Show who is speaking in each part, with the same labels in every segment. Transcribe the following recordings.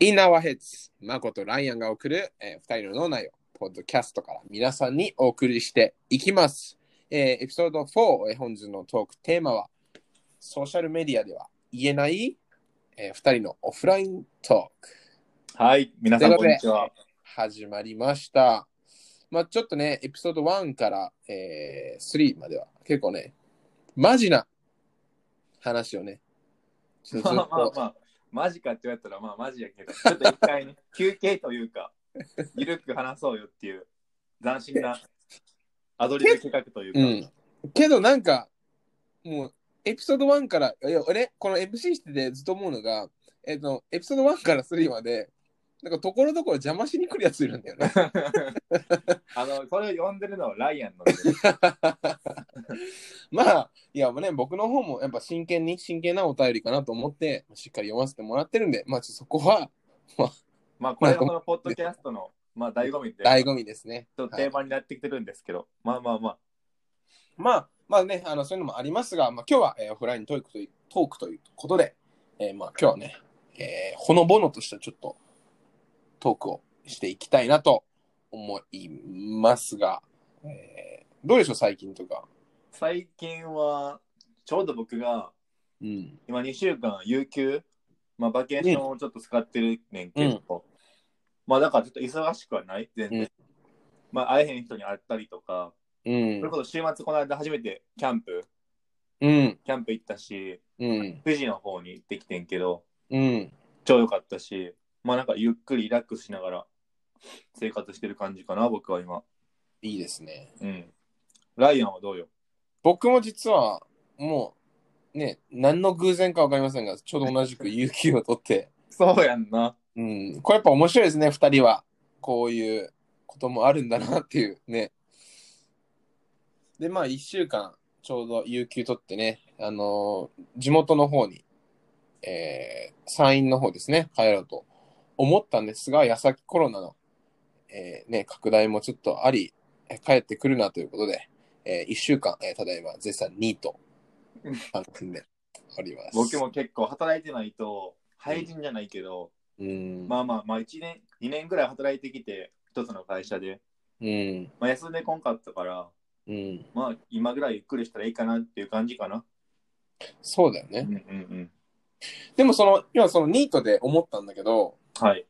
Speaker 1: インナーワヘッツ、マコとライアンが送る、えー、2人の脳内を、ポッドキャストから皆さんにお送りしていきます。えーエピソード4、えー本日のトークテーマは、ソーシャルメディアでは言えない、え2人のオフライントーク。
Speaker 2: はい、皆さん、
Speaker 1: と
Speaker 2: こ
Speaker 1: い
Speaker 2: ん
Speaker 1: う
Speaker 2: に
Speaker 1: こと
Speaker 2: ち
Speaker 1: で
Speaker 2: は。
Speaker 1: 始まりました。まあちょっとね、エピソード1から、えー3までは結構ね、マジな話をね、ちょっ とず
Speaker 2: まあ
Speaker 1: っ
Speaker 2: まあ
Speaker 1: と
Speaker 2: まあ、マジかって言われたら、まあマジやけ ど、ちょっと一回ね、休憩というか、ゆるく話そうよっていう、斬新なアドリブ企画というか、
Speaker 1: うん。けどなんか、もうエピソード1から、いや俺、この MC しててずっと思うのが、えっと、エピソード1から3まで、なんかところどころ邪魔しに来るやついるんだよね。
Speaker 2: あの、それを呼んでるのはライアンの で、
Speaker 1: まあ、いや、もうね、僕の方もやっぱ真剣に、真剣なお便りかなと思って、しっかり読ませてもらってるんで、まあ、ちょっとそこは
Speaker 2: まあこれがこのポッドキャストの、まあ醍醐味で、
Speaker 1: 醍
Speaker 2: ち
Speaker 1: 醐味ですね。
Speaker 2: ょっと定番になってきてるんですけど、まあまあまあ、
Speaker 1: まあ、まあね、あのそういうのもありますが、まあ、今日は、えーオフライントークというトークということで、えーまあ、今日はね、えーほのぼのとしたちょっとトークをしていきたいなと思いますが、えーどうでしょう、最近とか。
Speaker 2: 最近は、ちょうど僕が、
Speaker 1: うん。
Speaker 2: 今2週間有給、まあ、バケーションをちょっと使ってるねんけど、まあだからちょっと忙しくはない全然、
Speaker 1: うん
Speaker 2: まあ会えへん人に会ったりとか、
Speaker 1: う
Speaker 2: それ
Speaker 1: ん。
Speaker 2: こそ週末この間初めてキャンプ
Speaker 1: うん。
Speaker 2: キャンプ行ったし
Speaker 1: うん。
Speaker 2: 富士の方に行ってきてんけど
Speaker 1: うん。
Speaker 2: 超良かったしまあなんかゆっくりリラックスしながら生活してる感じかな僕は今
Speaker 1: いいですね。
Speaker 2: うんライアンはどうよ
Speaker 1: 僕も実は、もう、ね、何の偶然かわかりませんが、ちょうど同じく有給を取って、
Speaker 2: そうやんな
Speaker 1: うん、これやっぱ面白いですね、二人は。こういうこともあるんだなっていうね。で、まあ、一週間、ちょうど有給取ってね、あのー地元の方に、えー山陰の方ですね、帰ろうと思ったんですが、矢先コロナの、えーね、拡大もちょっとあり、え帰ってくるなということで、えー一週間、えーただいま絶賛2位と、感じでおります。
Speaker 2: 僕。も結構働いてないと廃人じゃないけど、
Speaker 1: うん。
Speaker 2: まあまあまあ1年2年ぐらい働いてきて一つの会社で、
Speaker 1: うん。
Speaker 2: まあ、休んでこんかったから
Speaker 1: うん。
Speaker 2: まあ今ぐらいゆっくりしたらいいかなっていう感じかな
Speaker 1: そうだよね。
Speaker 2: うんうんうん
Speaker 1: でもその、今そのニートで思ったんだけど、
Speaker 2: はい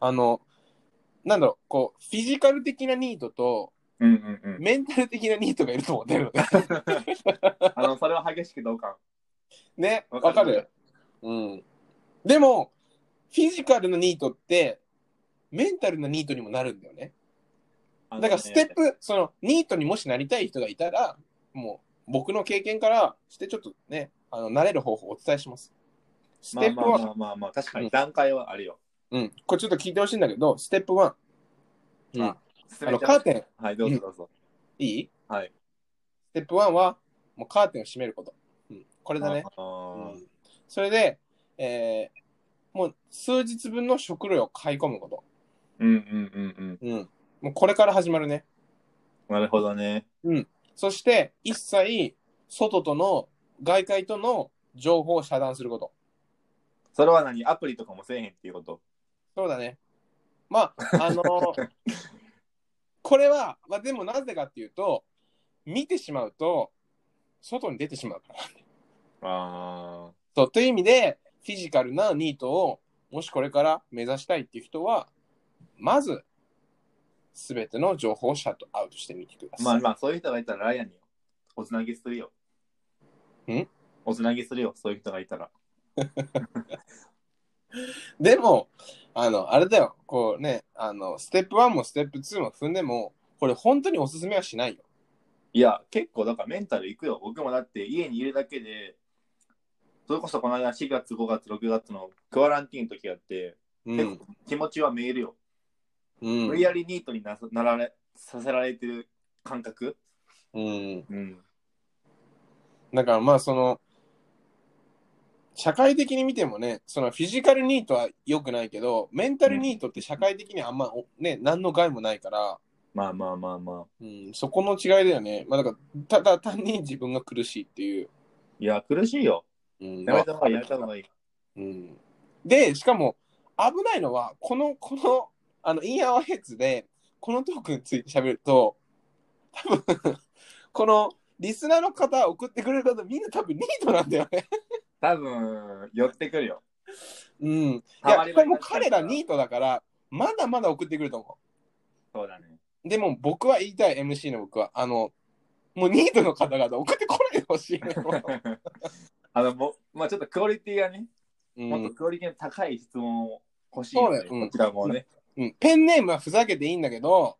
Speaker 1: あの、なんだろう、こう、フィジカル的なニートと、
Speaker 2: うんうん うん
Speaker 1: メンタル的なニートがいると思ってるの ね。
Speaker 2: あのそれは激しく同感
Speaker 1: ね、
Speaker 2: わ
Speaker 1: わか
Speaker 2: かる
Speaker 1: るうん。でも、フィジカルのニートって、メンタルなニートにもなるんだよね。
Speaker 2: あ
Speaker 1: だ
Speaker 2: の
Speaker 1: からステッ
Speaker 2: ね
Speaker 1: プ、その、ニートにもしなりたい人がいたら、もう、僕の経験からして、ちょっとね、あの、慣れる方法をお伝えします。ス
Speaker 2: まあ
Speaker 1: テップ
Speaker 2: ま
Speaker 1: は、
Speaker 2: あまあまあまあ確かに段階はあるよ、
Speaker 1: うん、これちょっと聞いてほしいんだけど、ステップ1。うん、あ
Speaker 2: 進め
Speaker 1: の、
Speaker 2: ち
Speaker 1: カ
Speaker 2: ゃ
Speaker 1: ー
Speaker 2: う
Speaker 1: テン、
Speaker 2: はいどうぞどうぞ、
Speaker 1: いい
Speaker 2: はい
Speaker 1: ステップ1は、もうカーテンを閉めること。うん、これだね。
Speaker 2: あー
Speaker 1: うんそれで、えーもう数日分の食料を買い込むこと。
Speaker 2: うんうんうんう
Speaker 1: う
Speaker 2: ん
Speaker 1: ん。もうこれから始まるね。
Speaker 2: なるほどね
Speaker 1: そして、一切、外との、外界との情報を遮断すること。
Speaker 2: それは何アプリとかもせえへんっていうこと
Speaker 1: そうだね。まあ、あの ーこれは、まあでもなぜかっていうと、見てしまうと、外に出てしまうから。
Speaker 2: ああ
Speaker 1: そうという意味で、フィジカルなニートを、もしこれから目指したいっていう人は、まず、すべての情報をシャットアウトしてみてください。
Speaker 2: まあまあそういう人がいたらライアンにおつなぎするよ。
Speaker 1: ん
Speaker 2: おつなぎするよ、そういう人がいたら。
Speaker 1: でも、あの、あれだよ、こうね、あの、ステップ1もステップ2も踏んでも、これ本当におすすめはしないよ。
Speaker 2: いや、結構だからメンタルいくよ。僕もだって家にいるだけで、それこそこの間4月、5月、6月のクアランティーンの時やって、
Speaker 1: う
Speaker 2: 結
Speaker 1: ん
Speaker 2: 構。気持ちは見えるよ。
Speaker 1: うん
Speaker 2: 無理やりニートになさなられさせられてる感覚。
Speaker 1: うん。
Speaker 2: うん。
Speaker 1: だからまあ、その、社会的に見てもね、そのフィジカルニートは良くないけど、メンタルニートって社会的にはあんま、おね、何の害もないから、
Speaker 2: まあまあまあまあ。
Speaker 1: うん、そこの違いだよね。まあ、だから、ただ単に自分が苦しいっていう。
Speaker 2: いや、苦しいよ。
Speaker 1: うん、
Speaker 2: やめた方がいい、やめた方がいい。
Speaker 1: うん、で、しかも、危ないのは、この、この、あの、インアワーヘッズで、このトークについて喋ると、多分 この、リスナーの方送ってくれる方、みんな多分ニートなんだよね。
Speaker 2: 多分、寄ってくるよ。
Speaker 1: うん。い
Speaker 2: た
Speaker 1: や、
Speaker 2: ま
Speaker 1: しか
Speaker 2: り場に
Speaker 1: も
Speaker 2: なっちゃう
Speaker 1: 彼
Speaker 2: から
Speaker 1: らニートだから、まだまだ送ってくると思
Speaker 2: そうだね。
Speaker 1: う。でも、僕は言いたい、MC の僕は。あの、もうニートの方々送ってこないでほしいの。
Speaker 2: あの、もまあちょっとクオリティがね、
Speaker 1: う
Speaker 2: もっ
Speaker 1: ん
Speaker 2: とクオリティの高い質問を欲しいので、
Speaker 1: そうだようん
Speaker 2: こちらもね、
Speaker 1: うん、ペンネームはふざけていいんだけど、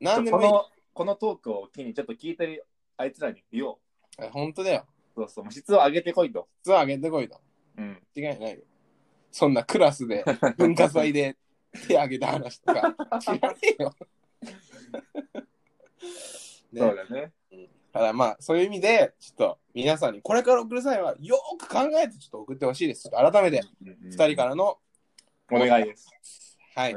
Speaker 1: なんで
Speaker 2: こ
Speaker 1: もいい
Speaker 2: の、このトークを機にちょっと聞いてるあいつらに言おう。。
Speaker 1: え本当だよ。
Speaker 2: そうそう、もう質を上げてこいと。
Speaker 1: ツアー上げてこいと。
Speaker 2: うん。
Speaker 1: 間違いないよ。そんなクラス で、文化祭で手挙げた話とか、知らねえ よ。ね、
Speaker 2: そうだね。
Speaker 1: ただまあ、そういう意味で、ちょっと皆さんにこれから送る際は、よーく考えてちょっと送ってほしいです。ちょっと改めて、
Speaker 2: 二
Speaker 1: 2人からの、
Speaker 2: お願いです。
Speaker 1: はい。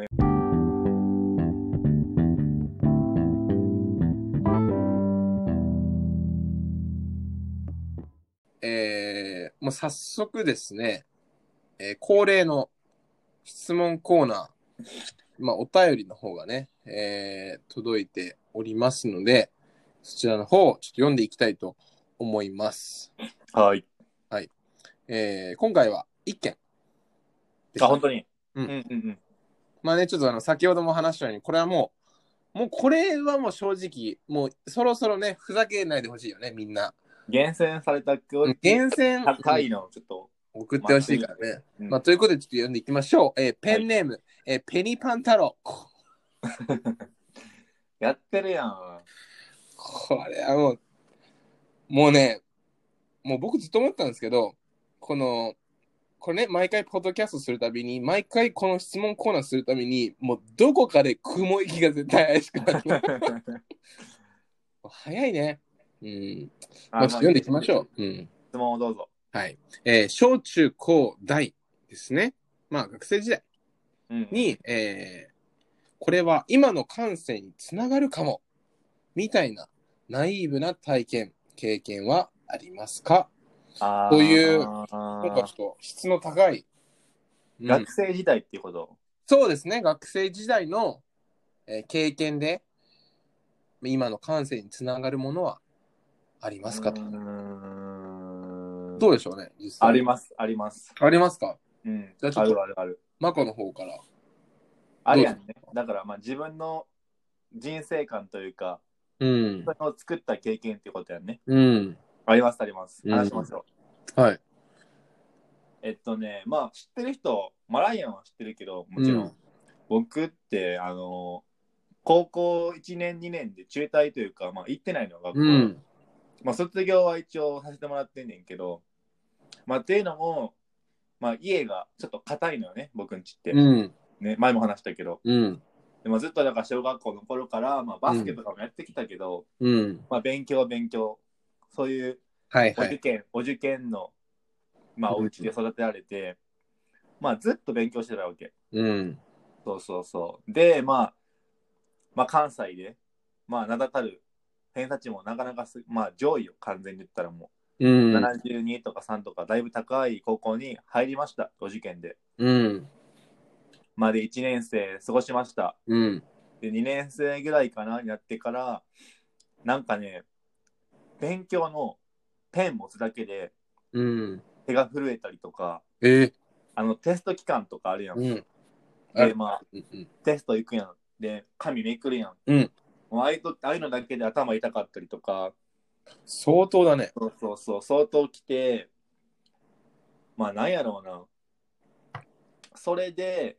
Speaker 1: えー、もう早速ですね、えー恒例の質問コーナー、まあ、お便りの方がね、えー届いておりますので、そちらの方をちょっと読んでいきたいと思います。
Speaker 2: はい。
Speaker 1: えー今回は1件です
Speaker 2: あ、本当に。
Speaker 1: うん
Speaker 2: うんうん
Speaker 1: まあね、ちょっとあの、先ほども話したように、これはもう、もうこれはもう正直、もうそろそろね、ふざけないでほしいよね、みんな。
Speaker 2: 厳選されたクオリティ
Speaker 1: 厳選
Speaker 2: が高いのをちょっと。
Speaker 1: 送ってほしいからね。
Speaker 2: うん
Speaker 1: まあ、ということで、ちょっと読んでいきましょう。えーペンネーム、えーペニパン太郎。こ
Speaker 2: やってるやん。
Speaker 1: これはもう、もうね、もう僕ずっと思ったんですけど、この、これね、毎回ポッドキャストするたびに、毎回この質問コーナーするたびに、もうどこかで雲行きが絶対怪しくな る。早いね。うん。もうちょっと読んでい きましょう。うん。
Speaker 2: う。質問をどうぞ。
Speaker 1: はい。えー小中高大ですね。まあ学生時代
Speaker 2: うん
Speaker 1: に、えーこれは今の感性につながるかも、みたいなナイーブな体験、経験はありますか
Speaker 2: あー
Speaker 1: という
Speaker 2: あ
Speaker 1: なんかち
Speaker 2: ー
Speaker 1: ょっと質の高い、うん
Speaker 2: 学生時代っていうこと。
Speaker 1: そうですね。学生時代の、えー経験で、今の感性につながるものはありますかと
Speaker 2: う。ーん
Speaker 1: どうでしょうね、実際
Speaker 2: あります、あります。
Speaker 1: ありますか
Speaker 2: うん。
Speaker 1: じゃあちょ
Speaker 2: あ
Speaker 1: っと
Speaker 2: るあるある。
Speaker 1: マコの方から。
Speaker 2: あるやんね。だから、まあ自分の人生観というか、
Speaker 1: うん
Speaker 2: そ。れを作った経験っていうことやんね。
Speaker 1: うん。
Speaker 2: あります、あります。
Speaker 1: うん
Speaker 2: 話しましょう。
Speaker 1: はい。
Speaker 2: えっとね、まあ知ってる人、マライアンは知ってるけど、もちろん、
Speaker 1: うん
Speaker 2: 僕って、あの、高校1年、2年で中退というか、まあ行ってないの、学校。
Speaker 1: うん。
Speaker 2: まあ卒業は一応させてもらってんねんけど、まあっていうのも、まあ家がちょっと硬いのよね、僕んちって。
Speaker 1: うん。
Speaker 2: ね、前も話したけど。
Speaker 1: うん。
Speaker 2: でもずっとだから小学校の頃から、まあバスケとかもやってきたけど、
Speaker 1: うん。
Speaker 2: まあ勉強、勉強。そういう
Speaker 1: はい
Speaker 2: お
Speaker 1: は
Speaker 2: 受
Speaker 1: い。
Speaker 2: 験、お受験の、まあ、
Speaker 1: うん
Speaker 2: お家で育てられて、まあ、ずっと勉強してたわけ。
Speaker 1: うん。
Speaker 2: そうそうそう。で、まあ、まあ、関西で、まあ、名だたる偏差値もなかなかす、まあ、上位を完全に言ったらも
Speaker 1: う
Speaker 2: う、
Speaker 1: ん。
Speaker 2: 72とか3とか、だいぶ高い高校に入りました、お受験で。
Speaker 1: うん。
Speaker 2: まあ、で、1年生過ごしました。
Speaker 1: うん。
Speaker 2: で、2年生ぐらいかな、になってから、なんかね、勉強のペン持つだけで
Speaker 1: うん。
Speaker 2: 手が震えたりとか、
Speaker 1: えー
Speaker 2: あのテスト期間とかあるやん。
Speaker 1: うん。あ
Speaker 2: で、
Speaker 1: る
Speaker 2: まあ、
Speaker 1: うん。
Speaker 2: テスト行くやん。で、紙めくるやん。
Speaker 1: うん
Speaker 2: もうああいうとああいうのだけで頭痛かったりとか、
Speaker 1: 相当だね。
Speaker 2: そうそうそう、相当きて、まあ、なんやろうな。それで、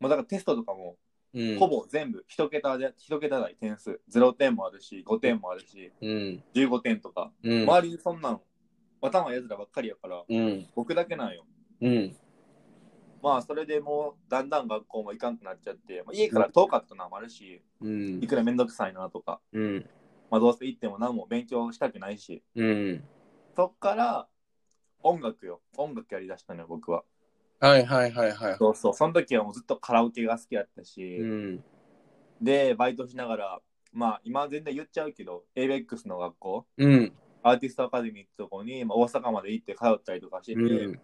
Speaker 2: まあ、だからテストとかも、
Speaker 1: うん。
Speaker 2: ほぼ全部、一桁で、一桁台点数。0点もあるし、5点もあるし、
Speaker 1: うん。
Speaker 2: 15点とか。
Speaker 1: うん。
Speaker 2: 周りにそんなの、頭やつらばっかりやから、
Speaker 1: うん。
Speaker 2: 僕だけなんよ。
Speaker 1: うん。
Speaker 2: まあ、それでもう、だんだん学校も行かんくなっちゃって、まあ、家から遠かったのもあるし、
Speaker 1: うん
Speaker 2: い。くらめんどくさいなとか、
Speaker 1: うん。
Speaker 2: まあ、どうせ行っても何も勉強したくないし、
Speaker 1: うん。
Speaker 2: そっから音楽よ、音楽やりだしたのよ、僕は。
Speaker 1: はいはいはいはい。
Speaker 2: そうそう、その時はもうずっとカラオケが好きだったし、
Speaker 1: うん。
Speaker 2: で、バイトしながら、まあ、今全然言っちゃうけど、ABEX の学校、
Speaker 1: うん。
Speaker 2: アーティストアカデミーってとこに、まあ、大阪まで行って通ったりとかしてて、
Speaker 1: うん。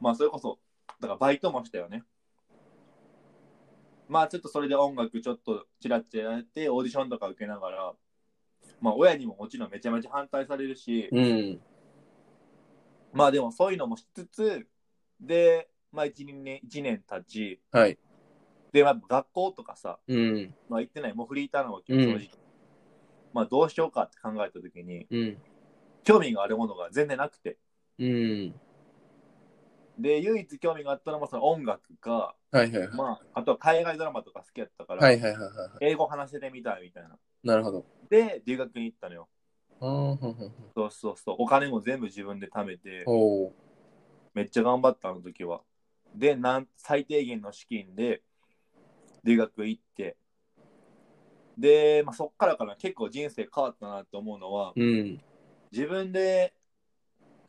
Speaker 2: まあ、それこそ、だからバイトもしたよね。まあ、ちょっとそれで音楽ちょっとちらっちらやって、オーディションとか受けながら、まあ、親にももちろんめちゃめちゃ反対されるし、
Speaker 1: うん。
Speaker 2: まあ、でもそういうのもしつつ、で、まあ1、2年、1年経ち、
Speaker 1: はい。
Speaker 2: で、まあ、学校とかさ、
Speaker 1: うん。
Speaker 2: まあ、行ってない、もうフリーターなわけ
Speaker 1: う
Speaker 2: よ、
Speaker 1: ん
Speaker 2: 正直。まあ、どうしようかって考えたときに、
Speaker 1: うん。
Speaker 2: 興味があるものが全然なくて。
Speaker 1: うん。
Speaker 2: で、唯一興味があったのはその音楽か、
Speaker 1: はいはいはい。
Speaker 2: まあ、あとは海外ドラマとか好きやったから、
Speaker 1: はいはいはいは
Speaker 2: 英語話せてみたいみたいな。
Speaker 1: い。なるほど。
Speaker 2: で、留学に行ったのよ。
Speaker 1: あーふんふんふん
Speaker 2: そうそうそう。お金も全部自分で貯めて、
Speaker 1: おお。
Speaker 2: めっちゃ頑張った、あの時は。で、なん最低限の資金で留学行って、で、まあ、そっからかな、結構人生変わったなと思うのは、
Speaker 1: うん。
Speaker 2: 自分で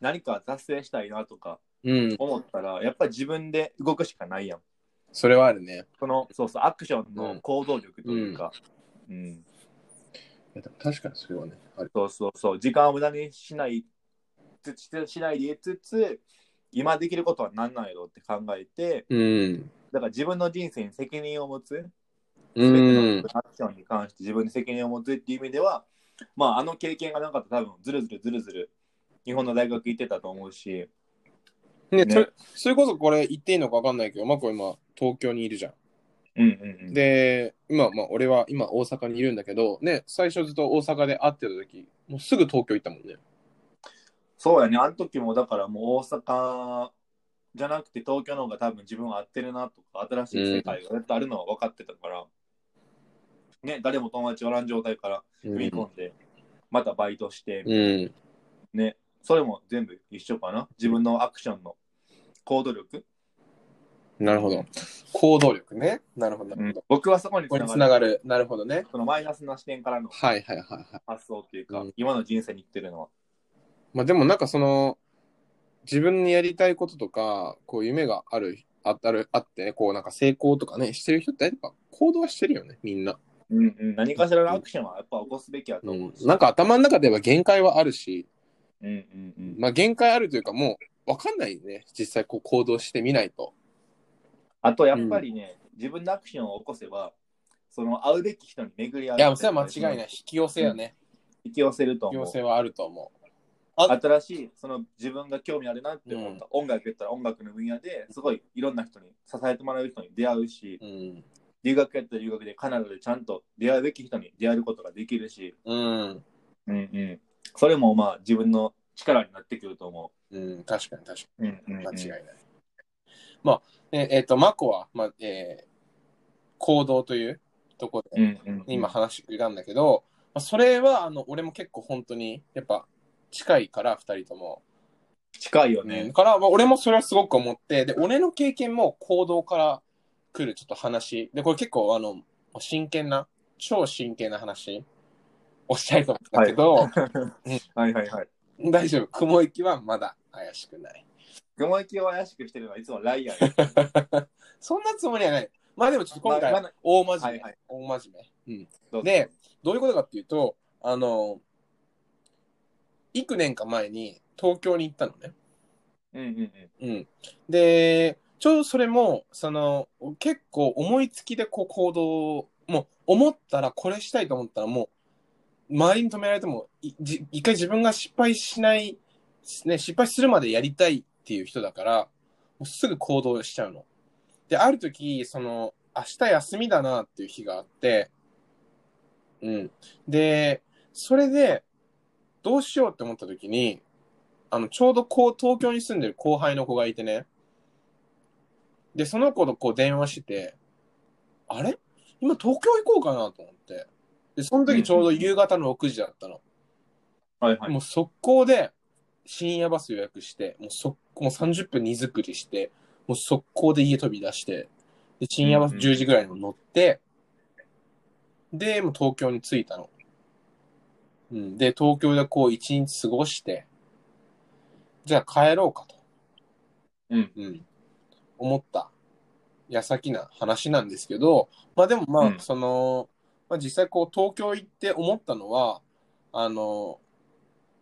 Speaker 2: 何か達成したいなとか
Speaker 1: うん。
Speaker 2: 思ったら、やっぱり自分で動くしかないやん。
Speaker 1: それはあるね。
Speaker 2: その、そうそう、アクションの行動力というか、うん、
Speaker 1: いやでも確かにそれはね、ある。
Speaker 2: そうそうそう、時間を無駄にしない、つつしないでいつつ、今できることは何なんやろって考えて、
Speaker 1: うん。
Speaker 2: だから自分の人生に責任を持つ、
Speaker 1: う
Speaker 2: 全
Speaker 1: ん
Speaker 2: て。のアクションに関して自分で責任を持つっていう意味では、まあ、あの経験がなかったら多分、ずるずるずるずる、日本の大学行ってたと思うし、
Speaker 1: ね、
Speaker 2: ね
Speaker 1: それそれこそこれ言っていいのか分かんないけど、まこ今、東京にいるじゃん。
Speaker 2: うんうんうん。
Speaker 1: で、今、まあ、俺は今、大阪にいるんだけど、ね、最初ずっと大阪で会ってた時もうすぐ東京行ったもんね。
Speaker 2: そうやね、あの時もだからもう大阪じゃなくて東京の方が多分自分は合ってるなとか、新しい世界がやっぱあるのは分かってたから、ね、誰も友達おらん状態から踏み込んで、またバイトして、
Speaker 1: うん。
Speaker 2: ね、それも全部一緒かな、自分のアクションの行動力。
Speaker 1: なるほど。行動力ね。なるほど、なるほど。
Speaker 2: 僕はそこにつ
Speaker 1: ここにつ
Speaker 2: ながる
Speaker 1: ながる。なるほどね。
Speaker 2: そのマイナスな視点からの
Speaker 1: はいはいはいはい。
Speaker 2: 発想っていうか、
Speaker 1: うん
Speaker 2: 今の人生に生きてるのは。
Speaker 1: まあでもなんかその、自分にやりたいこととか、こう夢がある、ああるあって、こうなんか成功とかね、してる人ってやっぱ行動はしてるよね、みんな。
Speaker 2: うんうん、何かしらのアクションはやっぱ起こすべきやと
Speaker 1: う
Speaker 2: 思
Speaker 1: ん
Speaker 2: う。し。
Speaker 1: なんか頭の中では限界はあるし、
Speaker 2: うんうんうん。
Speaker 1: まあ限界あるというかもうわかんないね、実際こう行動してみないと。
Speaker 2: あとやっぱりね、自分のアクションを起こせば、その会うべき人に巡り合う。
Speaker 1: いや、それは間違いない。引。き寄せやね。
Speaker 2: 引き寄せると
Speaker 1: 引き
Speaker 2: 思
Speaker 1: 寄
Speaker 2: う。
Speaker 1: せはあると思
Speaker 2: 新しい、その自分が興味あるなって思った、音楽やったら音楽の分野ですごいいろんな人に支えてもらう人に出会うし、
Speaker 1: う。うん。
Speaker 2: 留学やったら留学でカナダでちゃんと出会うべき人に出会えることができるし、
Speaker 1: うん。
Speaker 2: うんうん、それもまあ自分の力になってくると思
Speaker 1: うん、確かに確かに。
Speaker 2: う。うんうんうん
Speaker 1: 間違いない。まあ、ねえっ、と、マコは、まあ、えー行動というところ
Speaker 2: う
Speaker 1: で、
Speaker 2: んうんうん、
Speaker 1: 今話してくれたんだけど、まあ、それは、あの、俺も結構本当に、やっぱ、近いから、二人とも。
Speaker 2: 近いよ
Speaker 1: ね、
Speaker 2: ね
Speaker 1: だ。から、まあ、俺もそれはすごく思って、で、俺の経験も行動から来るちょっと話。で、これ結構、あの、真剣な、超真剣な話をしたいと思うんだけど、
Speaker 2: はいはいはい。
Speaker 1: 大丈夫。雲行きはまだ怪しくない。
Speaker 2: 雲行きを怪しくしてるのはいつもライアンや。
Speaker 1: そんなつもりはない。まあでもちょっと今回
Speaker 2: まあまあ、
Speaker 1: 大真面目。
Speaker 2: はいはい
Speaker 1: 大真面目、うん。
Speaker 2: どうぞ
Speaker 1: で、どういうことかっていうと、あの、幾年か前に東京に行ったのね。
Speaker 2: うんうんうん。
Speaker 1: うん。で、ちょうどそれも、その、結構思いつきでこう行動、もう思ったらこれしたいと思ったらもう、周りに止められても、いじ一回自分が失敗しない、ね、失敗するまでやりたいっていう人だから、もうすぐ行動しちゃうの。で、ある時、その、明日休みだなっていう日があって、うん。で、それで、どうしようって思った時に、あの、ちょうどこう、東京に住んでる後輩の子がいてね。で、その子とこう電話してて、あれ今東京行こうかなと思って。で、その時ちょうど夕方の6時だったの。
Speaker 2: はいはい。
Speaker 1: もう速攻で深夜バス予約して、もう速もう30分荷造りして、もう速攻で家飛び出して、で深夜バス
Speaker 2: うんうん
Speaker 1: 10時ぐらいに乗って、で、もう東京に着いたの。うん、で、東京でこう一日過ごして、じゃあ帰ろうかと、
Speaker 2: うん。
Speaker 1: うん、思った矢先な話なんですけど、まあでもまあ、
Speaker 2: うん
Speaker 1: その、まあ、実際こう東京行って思ったのはあの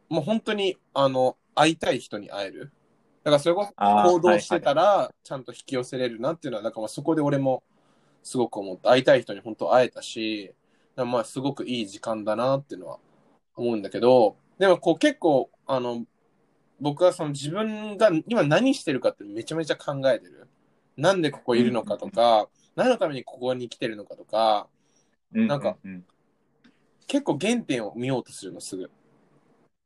Speaker 1: もう本当にあの会いたい人に会えるだからそれこそ
Speaker 2: あー
Speaker 1: 行動してたらちゃんと引き寄せれるなっていうのはなんかまあそこで俺もすごく思った会いたい人に本当会えたしだからまあすごくいい時間だなっていうのは思うんだけどでもこう結構あの僕はその自分が今何してるかってめちゃめちゃ考えてるなんでここいるのかとか何のためにここに来てるのかとか
Speaker 2: うん
Speaker 1: なんか、
Speaker 2: うん
Speaker 1: 結構原点を見ようとするのすぐ。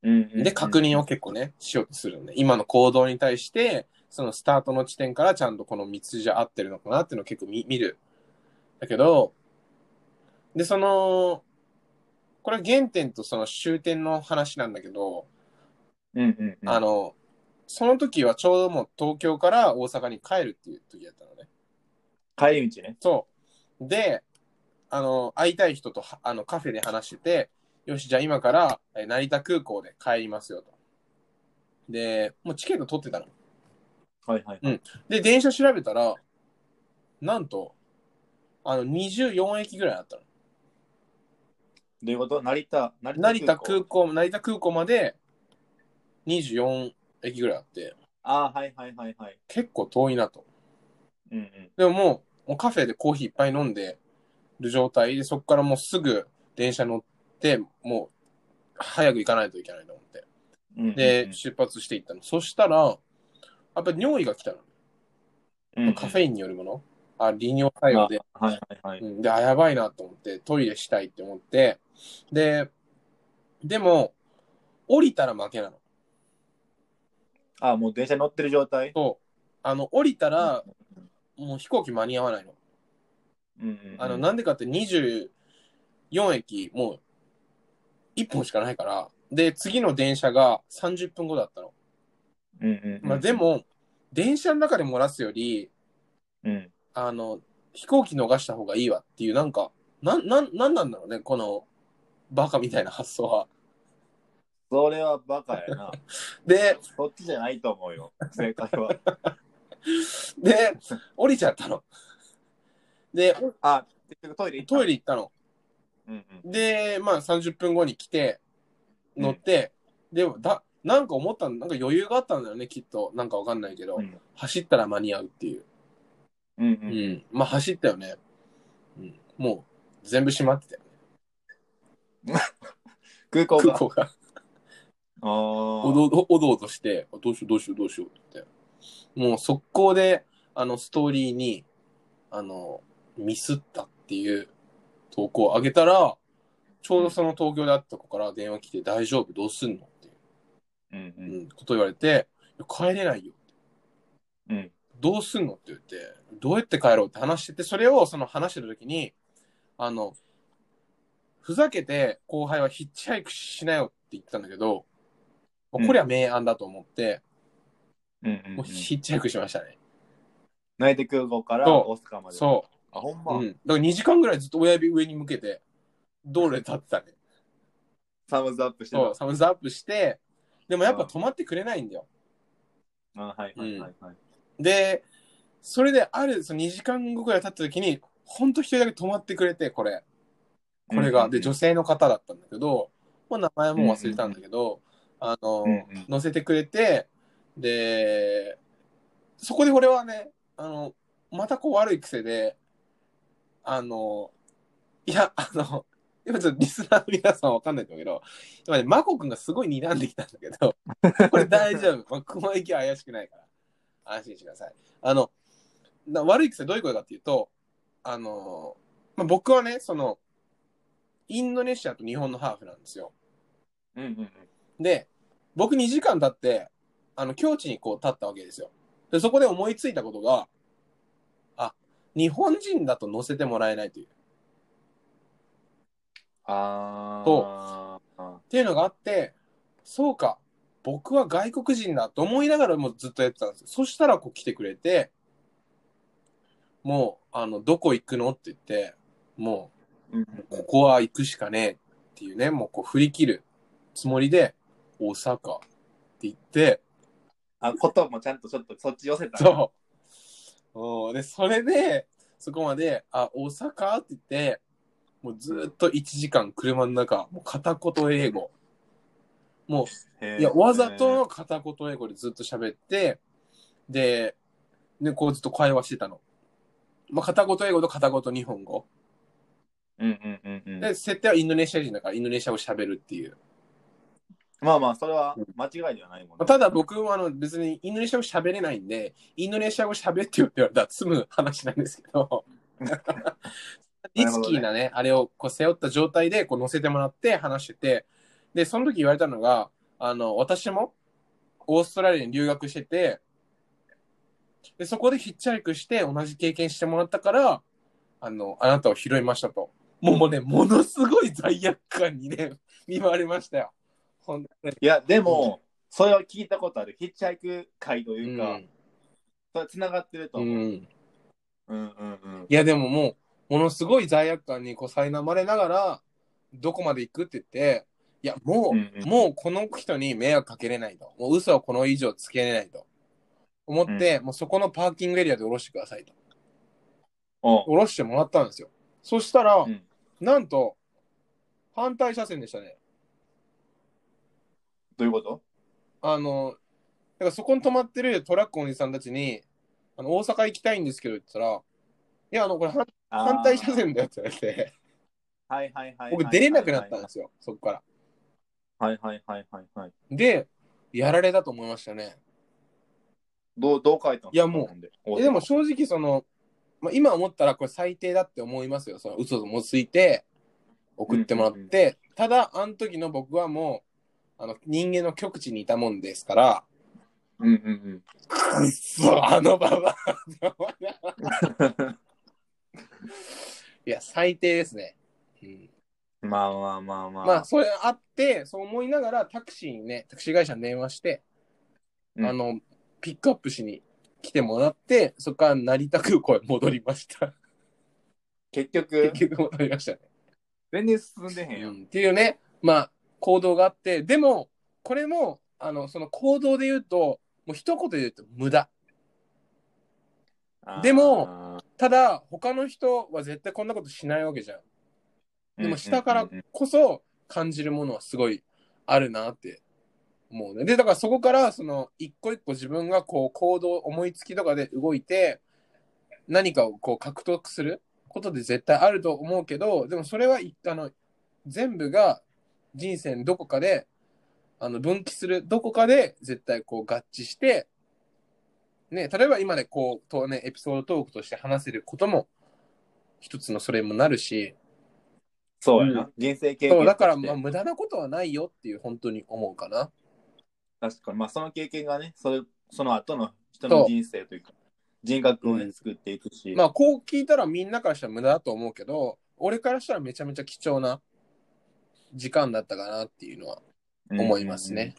Speaker 2: うんうん、
Speaker 1: で、確認を結構ね、しようとするのね。今の行動に対して、そのスタートの地点からちゃんとこの道筋合ってるのかなっていうのを結構見見る。だけど、で、その、これ原点とその終点の話なんだけど、
Speaker 2: うんうんうん、
Speaker 1: あの、その時はちょうどもう東京から大阪に帰るっていう時だったのね。
Speaker 2: 帰り道ね。
Speaker 1: そう。で、あの、会いたい人とはあのカフェで話してて、よし、じゃあ今からえ成田空港で帰りますよと。で、もうチケット取ってたの。
Speaker 2: はいはい。
Speaker 1: で、電車調べたら、なんと、あの、24駅ぐらいあったの。
Speaker 2: どういうこと成田、成
Speaker 1: 成田空港、成田空港まで24駅ぐらいあって、
Speaker 2: ああ、はいはいはいはい。
Speaker 1: 結構遠いなと。
Speaker 2: うんうん。
Speaker 1: でももう、もうカフェでコーヒーいっぱい飲んでる状態で、そこからもうすぐ電車乗って、もう、早く行かないといけないと思って。
Speaker 2: うんうんうん
Speaker 1: で、、出発していったの。そしたら、やっぱり尿意が来たの。
Speaker 2: うんうん
Speaker 1: カフェインによるもの。あ、利尿作用で。
Speaker 2: あはいはいはい。
Speaker 1: うんで、あ、やばいなと思って、トイレしたいって思って。で、でも、降りたら負けなの。
Speaker 2: ああ、もう電車乗ってる状態。
Speaker 1: そう。あの、降りたら、もう飛行機間に合わないの。
Speaker 2: うんうんうん、
Speaker 1: あの、なんでかって24駅、もう1本しかないから、で、次の電車が30分後だったの。
Speaker 2: うんうんうん、
Speaker 1: まあ、でも、電車の中で漏らすより、
Speaker 2: うん、
Speaker 1: あの、飛行機逃した方がいいわっていう、なんか、なん、なん、なんなんだろうね、この、バカみたいな発想は。
Speaker 2: それはバカやな。
Speaker 1: で、
Speaker 2: そっちじゃないと思うよ、正解は。
Speaker 1: で、降りちゃったの。で、
Speaker 2: あ、結局トイレ行った
Speaker 1: トイレ行ったの。
Speaker 2: うん
Speaker 1: で、まあ30分後に来て、乗って、でもだ、なんか思ったの、なんか余裕があったんだよね、きっと。なんかわかんないけど、
Speaker 2: うん。うん
Speaker 1: 走ったら間に合うっていう。
Speaker 2: うんう、
Speaker 1: うんん。まあ走ったよね。うん。もう、全部閉まってたよね。
Speaker 2: 空港
Speaker 1: 空
Speaker 2: が。
Speaker 1: 港が。
Speaker 2: あー
Speaker 1: おどおどおどして、あどうしようどうしようどうしようって言って。もう速攻で、あの、ストーリーに、あの、ミスったっていう投稿を上げたら、ちょうどその東京で会った子から電話来て、大丈夫どうすんのっていう
Speaker 2: うんう
Speaker 1: うんんこと言われて、いや帰れないよ。
Speaker 2: うん
Speaker 1: どうすんのって言って、どうやって帰ろうって話してて、それをその話してる時に、あの、ふざけて後輩はヒッチハイクしなよって言ってたんだけど、これは明暗だと思って、
Speaker 2: うんうんう
Speaker 1: も
Speaker 2: ん
Speaker 1: うヒッチハイクしましたね。
Speaker 2: 内定空港から
Speaker 1: そう
Speaker 2: 大阪まで。う。
Speaker 1: そ
Speaker 2: あ、ほん
Speaker 1: う。
Speaker 2: ま。
Speaker 1: うん。だから2時間ぐらいずっと親指上に向けて、道路で立ってたね。
Speaker 2: サムズアップして
Speaker 1: そう、
Speaker 2: た。
Speaker 1: サムズアップして、でもやっぱ
Speaker 2: うん
Speaker 1: 止まってくれないんだよ。
Speaker 2: あはいはいはいはい。
Speaker 1: で、それである、その2時間後ぐらい経った時に、ほんと一人だけ止まってくれて、これ。これが、で、女
Speaker 2: 性。
Speaker 1: 性の方だったんだけど、もう名前も忘れたんだけど、あの、
Speaker 2: うんうん
Speaker 1: 乗せてくれて、で、そこで俺はね、あの、またこう悪い癖で、あの、いや、あの、今ちょっとリスナーの皆さんわかんないんだけど、今ね、マコ君がすごい睨んできたんだけど、これ大丈夫。まあ、雲行きは怪しくないから。安心してください。あの、な悪い癖どういうことかっていうと、あの、まあ、僕はね、その、インドネシアと日本のハーフなんですよ。
Speaker 2: うんうんうん。
Speaker 1: で、僕2時間経って、あの、境地にこう立ったわけですよ。で、そこで思いついたことが、あ、日本人だと乗せてもらえないという。
Speaker 2: ああ。
Speaker 1: っていうのがあって、そうか、僕は外国人だと思いながらもうずっとやってたんですよ。そしたらこう来てくれて、もう、あの、どこ行くのって言って、も
Speaker 2: うんうん
Speaker 1: う、ここは行くしかねえっていうね、もうこう振り切るつもりで、大阪って言って、
Speaker 2: あ、こともちゃんとちょっ とそっち寄せた。う。
Speaker 1: そう。おーで、それで、そこまで、あ、大阪って言って、もうずーっと1時間車の中、もう片言英語。もう、いや、わざとの片言英語でずっと喋って、で、ね、こうずっと会話してたの。まあ、片言英語と片言日本語。
Speaker 2: うんうんうんうん
Speaker 1: で、設定はインドネシア人だから、インドネシアを喋るっていう。
Speaker 2: まあまあ、それは間違いではないも
Speaker 1: ま
Speaker 2: ん
Speaker 1: あ、
Speaker 2: ね。
Speaker 1: ただ僕はあの別にインドネシア語喋れないんで、インドネシア語喋ってよって言われたら済む話なんですけど、リスキーなね、あれをこう背負った状態でこう乗せてもらって話してて、で、その時言われたのが、あの、私もオーストラリアに留学してて、で、そこでヒッチハイクして同じ経験してもらったから、あの、あなたを拾いましたと。もうね、ものすごい罪悪感にね、見舞われましたよ。本当に。
Speaker 2: いや、でも、それは聞いたことある。ヒッチハイク会というか、それは繋がってると
Speaker 1: う
Speaker 2: 思う。
Speaker 1: ん。
Speaker 2: うんうんうん。
Speaker 1: いやでももう、ものすごい罪悪感にこう苛まれながら、どこまで行くって言って、いや、もう、
Speaker 2: うんうん
Speaker 1: もうこの人に迷惑かけれないと。もう嘘はこの以上つけれないと。思って、もうそこのパーキングエリアで降ろしてくださいと。
Speaker 2: おう
Speaker 1: 降ろしてもらったんですよ。そしたら、
Speaker 2: うん
Speaker 1: なんと、反対車線でしたね。
Speaker 2: どういうこと
Speaker 1: あの、だからそこに止まってるトラックおじさんたちに、あの大阪行きたいんですけどって言ったら、いや、あの、これ反
Speaker 2: あー
Speaker 1: 反対車線だよって言われて、
Speaker 2: はいはいはいはい。
Speaker 1: 僕出れなくなったんですよ、そこから。
Speaker 2: はいはいはいはいはい。
Speaker 1: で、やられたと思いましたね。
Speaker 2: どう、どう書いたの
Speaker 1: いやもう
Speaker 2: う
Speaker 1: えでも、正直、その、まあ、今思ったらこれ最低だって思いますよ。その嘘もついて、送ってもらって、
Speaker 2: うんうん
Speaker 1: ただ、あの時の僕はもう、あの人間の極地にいたもんですから、
Speaker 2: うんうん
Speaker 1: くっそ、あのババアいや、最低ですね。うん
Speaker 2: うん。 まあまあまあまあ。
Speaker 1: まあ、それあって、そう思いながら、タクシーにね、タクシー会社に電話して、
Speaker 2: うん
Speaker 1: あの、ピックアップしに来てもらって、そこから成田空港へ戻りました。
Speaker 2: 結局、
Speaker 1: 結局戻りましたね。
Speaker 2: 全然進んでへん
Speaker 1: う
Speaker 2: よ。
Speaker 1: んっていうね、まあ、行動があって、でも、これも、あの、その行動で言うと、もう一言で言うと無駄。
Speaker 2: あー
Speaker 1: でも、ただ、他の人は絶対こんなことしないわけじゃん。でも下から
Speaker 2: うんうんうん
Speaker 1: こそ感じるものはすごいあるなって思うね。で、だからそこからその一個一個自分がこう行動、思いつきとかで動いて何かをこう獲得することで絶対あると思うけど、でもそれは一あの全部が人生のどこかであの分岐するどこかで絶対こう合致して、ね、例えば今ね、こうと、ね、エピソードトークとして話せることも一つのそれもなるし、
Speaker 2: そうや
Speaker 1: う
Speaker 2: な。人生経験として。
Speaker 1: そうだから、まあ、無駄なことはないよっていう本当に思うかな。
Speaker 2: 確かに、まあ、その経験がね、それその後の人の人生というか、人格を、
Speaker 1: う
Speaker 2: ね、
Speaker 1: ん
Speaker 2: 作っていくし、
Speaker 1: まあこう聞いたらみんなからしたら無駄だと思うけど俺からしたらめちゃめちゃ貴重な時間だったかなっていうのは
Speaker 2: うん
Speaker 1: 思いますね。。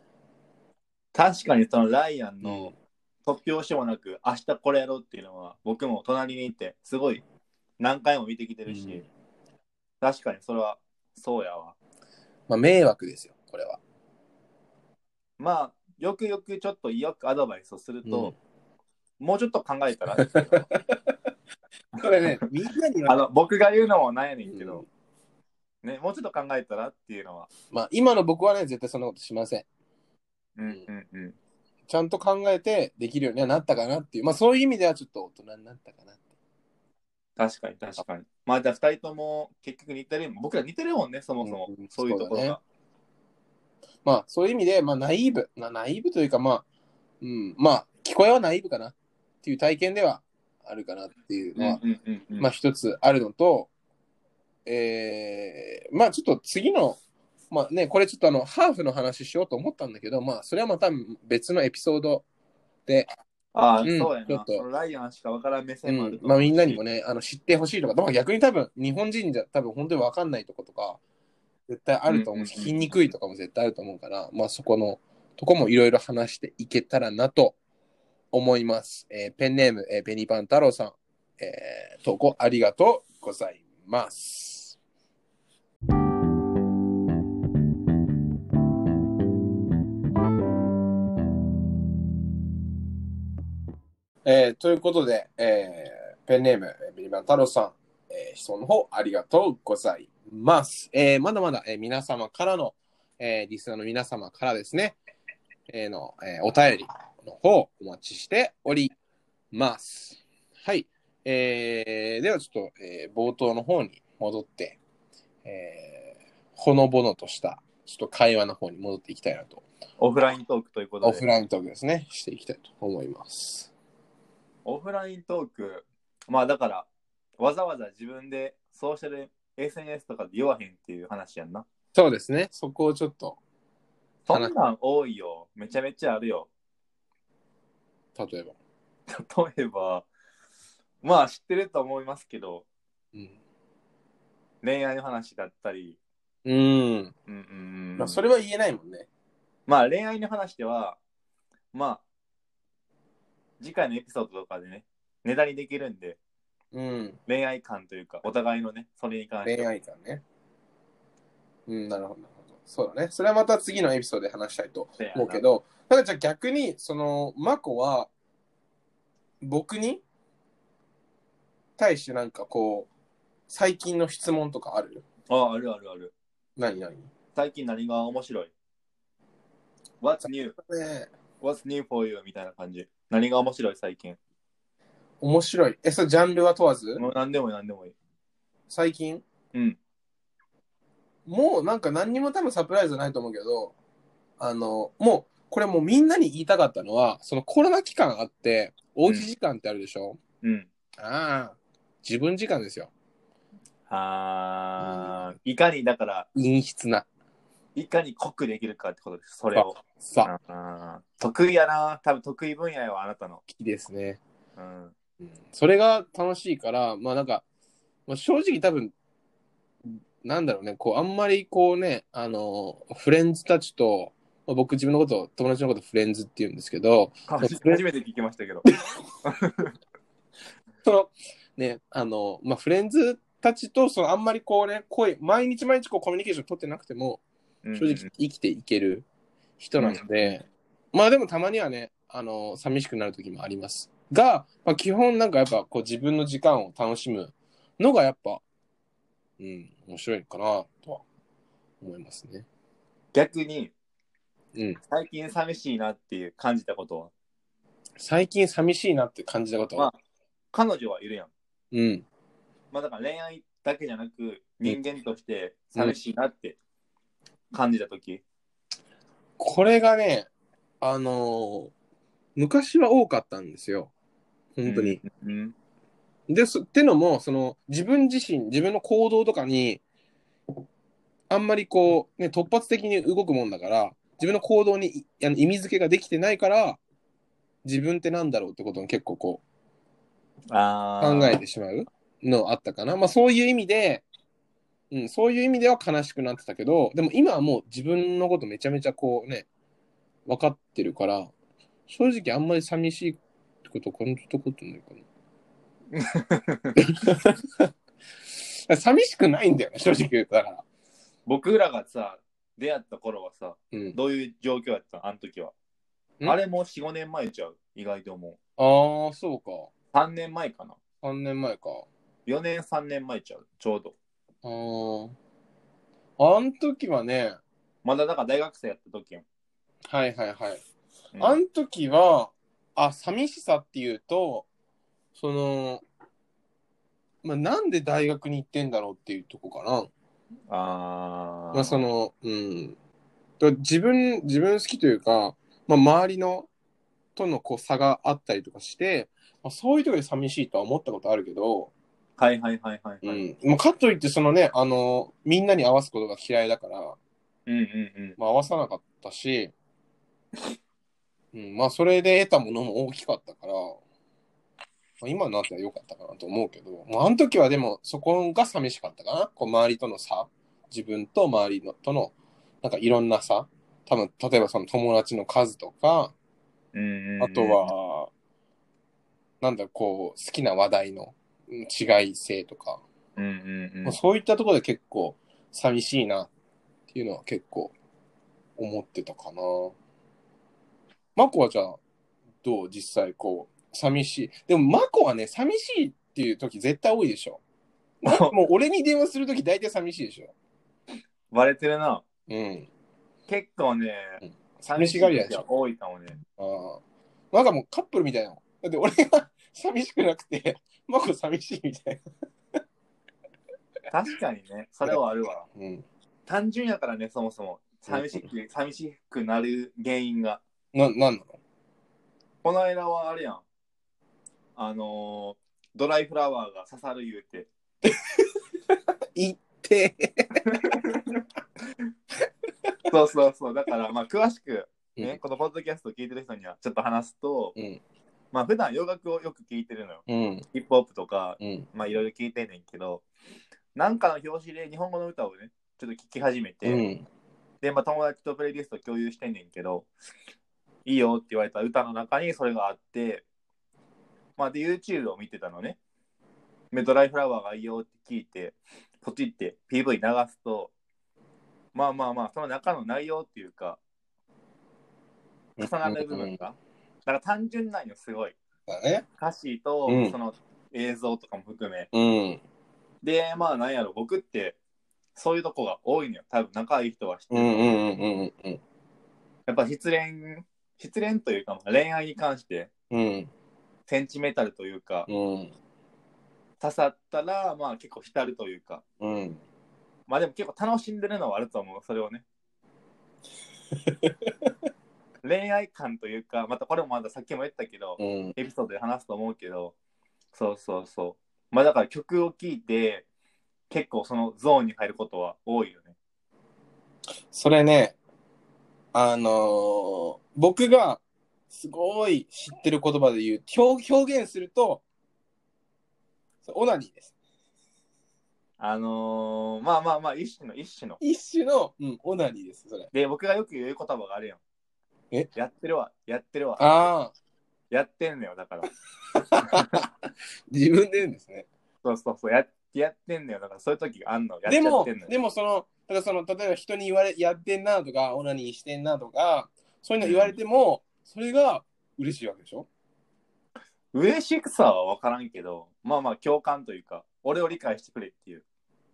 Speaker 2: 確かに、そのライア
Speaker 1: う
Speaker 2: ン
Speaker 1: ん
Speaker 2: の突拍子もなく、明日これやろうっていうのは、僕も隣にいて、すごい何回も見てきてるし、
Speaker 1: うん
Speaker 2: 確かにそれはそうやわ。
Speaker 1: まあ迷惑ですよこれは。
Speaker 2: まあ、よくよくちょっとよくアドバイスをすると、もうちょっと考えたら、
Speaker 1: うんこれねみんなに
Speaker 2: あ
Speaker 1: は、
Speaker 2: の僕が言うのもなんやねんけ
Speaker 1: うん
Speaker 2: ど、ね、もうちょっと考えたらっていうのは、
Speaker 1: まあ今の僕はね絶対そんなことしません。
Speaker 2: うんうんうん、
Speaker 1: ちゃんと考えてできるようにはなったかなっていうまあそういう意味ではちょっと大人になったかなって。
Speaker 2: 確かに確かに。まあ、じゃあ2人とも結局似てる、僕ら似てるもんね、そもそも、
Speaker 1: うん
Speaker 2: そういうところが。
Speaker 1: まあそういう意味でまあナイーブなナイーブというかまあうんまあ聞こえはナイーブかなっていう体験ではあるかなっていうのは
Speaker 2: うんうんうんうん
Speaker 1: まあ、一つあるのと、えーまあちょっと次の、まあね、これちょっとあの、ハーフの話しようと思ったんだけど、まあ、それはまた別のエピソード、
Speaker 2: ああ、
Speaker 1: うん
Speaker 2: そうや
Speaker 1: ちょっ
Speaker 2: な。
Speaker 1: と
Speaker 2: そのライアンしかわからん目
Speaker 1: う
Speaker 2: 線もある
Speaker 1: ん
Speaker 2: と思
Speaker 1: ま
Speaker 2: うし
Speaker 1: あ、みんなにもね、あの知ってほしいとか、まあ、逆に多分、日本人じゃ多分本当に分かんないとことか、絶対あると思うし、
Speaker 2: うんうんう
Speaker 1: 聞
Speaker 2: ん
Speaker 1: きにくいとかも絶対あると思うから、まあ、そこのとこもいろいろ話していけたらなと思います。えーペンネーム、えー、ベニパン太郎さん、えー投稿ありがとうございます。えーということで、えーペンネーム、えービリバン太郎さん、えー質問の方ありがとうございます。えーまだまだ、えー皆様からの、えーリスナーの皆様からですね、えーの、えーお便りの方、お待ちしております。はい。えーではちょっと、えー冒頭の方に戻って、えーほのぼのとした、ちょっと会話の方に戻っていきたいなと
Speaker 2: オフライントークということ
Speaker 1: オ
Speaker 2: で
Speaker 1: フ。ライントークですね、していきたいと思います。
Speaker 2: オフライントーク、まあだから、わざわざ自分でソーシャル SNS とかで言わへんっていう話やんな。
Speaker 1: そうですね、そこをちょっと、
Speaker 2: そんなん多いよ。めちゃめちゃあるよ。
Speaker 1: 例えば。
Speaker 2: 例えば、まあ知ってると思いますけど、
Speaker 1: うん。
Speaker 2: 恋愛の話だったり、
Speaker 1: うん。
Speaker 2: うんうんうん
Speaker 1: まあ、それは言えないもんね。
Speaker 2: まあ恋愛の話では、まあ、次回のエピソードとかでね、ネタにできるんで、
Speaker 1: うん。
Speaker 2: 恋愛感というか、お互いのね、それに関して。
Speaker 1: 恋愛観ね。うん、なるほど、なるほど。そうだね。それはまた次のエピソードで話したいと
Speaker 2: 恋愛
Speaker 1: 思うけど、ただじゃあ逆に、その、マコは、僕に対してなんかこう、最近の質問とかある
Speaker 2: あ、あるあるある。
Speaker 1: 何何ね
Speaker 2: 最近何が面白い ?What's new?
Speaker 1: え
Speaker 2: What's new for you? みたいな感じ。何が面白い最近。
Speaker 1: 面白い。え、それジャンルは問わず、
Speaker 2: もう何でもいい何でもいい。
Speaker 1: 最近
Speaker 2: うん
Speaker 1: もうなんか何にも多分サプライズないと思うけどあのもうこれもうみんなに言いたかったのはそのコロナ期間あっておうち時間ってあるでしょ、
Speaker 2: うん。
Speaker 1: ああ自分時間ですよ
Speaker 2: あー、いかにだから、
Speaker 1: 陰湿ない
Speaker 2: かに濃くできるかってことです。それを。
Speaker 1: さあ
Speaker 2: あー得意やな。多分得意分野よ、あなたの。
Speaker 1: きですね、
Speaker 2: うん。
Speaker 1: うん、それが楽しいからまあなんか、まあ、正直多分なんだろうねこうあんまりこうねあのフレンズたちとまあ僕自分のこと友達のことフレンズって言うんですけど、
Speaker 2: 初
Speaker 1: それ
Speaker 2: めて聞きましたけど。
Speaker 1: そのねあのまあフレンズたちとそのあんまりこうね声毎日毎日こうコミュニケーション取ってなくても正直生きていける人なので、まあでもたまにはねあの寂しくなる時もありますが、まあ、基本なんかやっぱこう自分の時間を楽しむのがやっぱうん面白いかなとは思いますね
Speaker 2: 逆に、
Speaker 1: うん
Speaker 2: 最近寂しいなっていう感じたことは、
Speaker 1: 最近寂しいなって感じたことは、
Speaker 2: まあ彼女はいるやん。
Speaker 1: うん
Speaker 2: まあだから恋愛だけじゃなく、人間として寂しいなって感じたとき。
Speaker 1: これがねあの昔は多かったんですよ本当に、
Speaker 2: うん。
Speaker 1: で、そってのも、その、自分自身、自分の行動とかに、あんまりこう、ね、突発的に動くもんだから、自分の行動にいあの意味付けができてないから、自分ってなんだろうってことを結構こう、
Speaker 2: ああ。
Speaker 1: 考えてしまうのあったかな。まあ、そういう意味で、うん、そういう意味では悲しくなってたけど、でも今はもう自分のことめちゃめちゃこうね、分かってるから、正直あんまり寂しいってことは感じたことないかな。寂しくないんだよね、正直言うと。だから。
Speaker 2: 僕らがさ、出会った頃はさ、
Speaker 1: うん。
Speaker 2: どういう状況やったのあの時は。
Speaker 1: ん
Speaker 2: あれもう4、5年前ちゃう意外とも
Speaker 1: ああ、そうか。
Speaker 2: う。3年前かな。
Speaker 1: 3年前か。
Speaker 2: 4年、3年前ちゃう。ちょうど。
Speaker 1: あーあん時はね、
Speaker 2: まだだから大学生やった時やん。
Speaker 1: はいはいはい。
Speaker 2: うん
Speaker 1: あん時は、あ、寂しさっていうと、その、まあ、なんで大学に行ってんだろうっていうとこかな。
Speaker 2: あー
Speaker 1: まあ、その、うん。だ自分、自分好きというか、まあ、周りの、とのこう差があったりとかして、まあ、そういうところで寂しいとは思ったことあるけど、
Speaker 2: はいはいはいはい、
Speaker 1: う
Speaker 2: はい。
Speaker 1: ん。まあ、かといって、そのね、あの、みんなに合わすことが嫌いだから、
Speaker 2: うんうんうん。
Speaker 1: まあ、合わさなかったし、うん、まあ、それで得たものも大きかったから、まあ、今になっては良かったかなと思うけど、まあ、あの時はでも、そこが寂しかったかな。こう、周りとの差。自分と周りのとの、なんかいろんな差。多分、例えばその友達の数とか、あ
Speaker 2: あ
Speaker 1: と、は、なんだ、こう、好きな話題のうん違い性とか、
Speaker 2: うんうんう
Speaker 1: まあ、
Speaker 2: ん、
Speaker 1: そういったところで結構寂しいなっていうのは結構思ってたかな。マコはじゃあどう 実際こう寂しい。でもマコはね寂しいっていう時絶対多いでしょ。なんかもう俺に電話するとき大体寂しいでしょ。
Speaker 2: バレてるな。
Speaker 1: うん。
Speaker 2: 結構ね
Speaker 1: うん、寂
Speaker 2: 寂
Speaker 1: しがり屋でしょ
Speaker 2: 多いかもね。
Speaker 1: ああ。なんかもうカップルみたいなの。だって俺が 寂しくなくて、マコ寂しいみたい
Speaker 2: 確かにね、それはあるわ。
Speaker 1: な。うん。
Speaker 2: 単純やからね、そもそも。寂しく、寂しくなる原因が。
Speaker 1: な、なんなの
Speaker 2: この間はあれやん。あのードライフラワーが刺さる言うて。
Speaker 1: 行って。
Speaker 2: そうそうそう。だから、まあ、詳しく、ね、
Speaker 1: うん
Speaker 2: このポッドキャストを聞いてる人にはちょっと話すと、
Speaker 1: うん
Speaker 2: まあ、普段洋楽をよく聞いてるのよ。
Speaker 1: うん。
Speaker 2: ヒップホップとか、
Speaker 1: うん。
Speaker 2: まあ、いろいろ聞いてんねんけど、なんかの表紙で日本語の歌をね、ちょっと聞き始めて、
Speaker 1: うん。
Speaker 2: で、まあ、友達とプレイリスト共有してんねんけど、いいよって言われた歌の中にそれがあって、まあ、で、YouTube を見てたのね。メドライフラワーがいいよって聞いて、ポチって PV 流すと、まあまあまあ、その中の内容っていうか、重なる部分が、だから単純なんよ、すごい。
Speaker 1: だね。
Speaker 2: 歌詞と
Speaker 1: うん、
Speaker 2: その映像とかも含め。
Speaker 1: うん。
Speaker 2: で、まあ、なんやろ、僕って、そういうとこが多いのよ。多分、仲いい人は知って
Speaker 1: う
Speaker 2: る
Speaker 1: んうんうんうんうん。
Speaker 2: やっぱ失恋、失恋というか、恋愛に関して、
Speaker 1: うん。
Speaker 2: センチメタルというか、
Speaker 1: うん。
Speaker 2: 刺さったら、まあ結構浸るというか、
Speaker 1: うん。
Speaker 2: まあでも結構楽しんでるのはあると思う、それをね。恋愛感というか、またこれもまださっきも言ったけど、
Speaker 1: うん。
Speaker 2: エピソードで話すと思うけど、そうそうそう。まあだから曲を聴いて、結構そのゾーンに入ることは多いよね。
Speaker 1: それね、あのー僕がすごい知ってる言葉で言う、表表現すると、そうオナニーです。
Speaker 2: あのー、まあまあまあ、一種の一種の。
Speaker 1: 一種の、うん、オナニーです、それ。
Speaker 2: で、僕がよく言う言葉があるやん。
Speaker 1: え
Speaker 2: やってるわ、やってるわ。
Speaker 1: ああ、
Speaker 2: やってんのよ、だから。
Speaker 1: 自分で言うんですね。
Speaker 2: そうそうそう、ややってんのよ。だからそういう時があんの。やっち
Speaker 1: で
Speaker 2: ゃっ
Speaker 1: も
Speaker 2: てんの、よ。
Speaker 1: でもその、ただその、例えば人に言われ、やってんなとか、オナニーしてんなとか、そういうの言われても、それが嬉しいわけでしょ
Speaker 2: 嬉しくさは分からんけど、まあまあ共感というか、俺を理解してくれっていう。
Speaker 1: い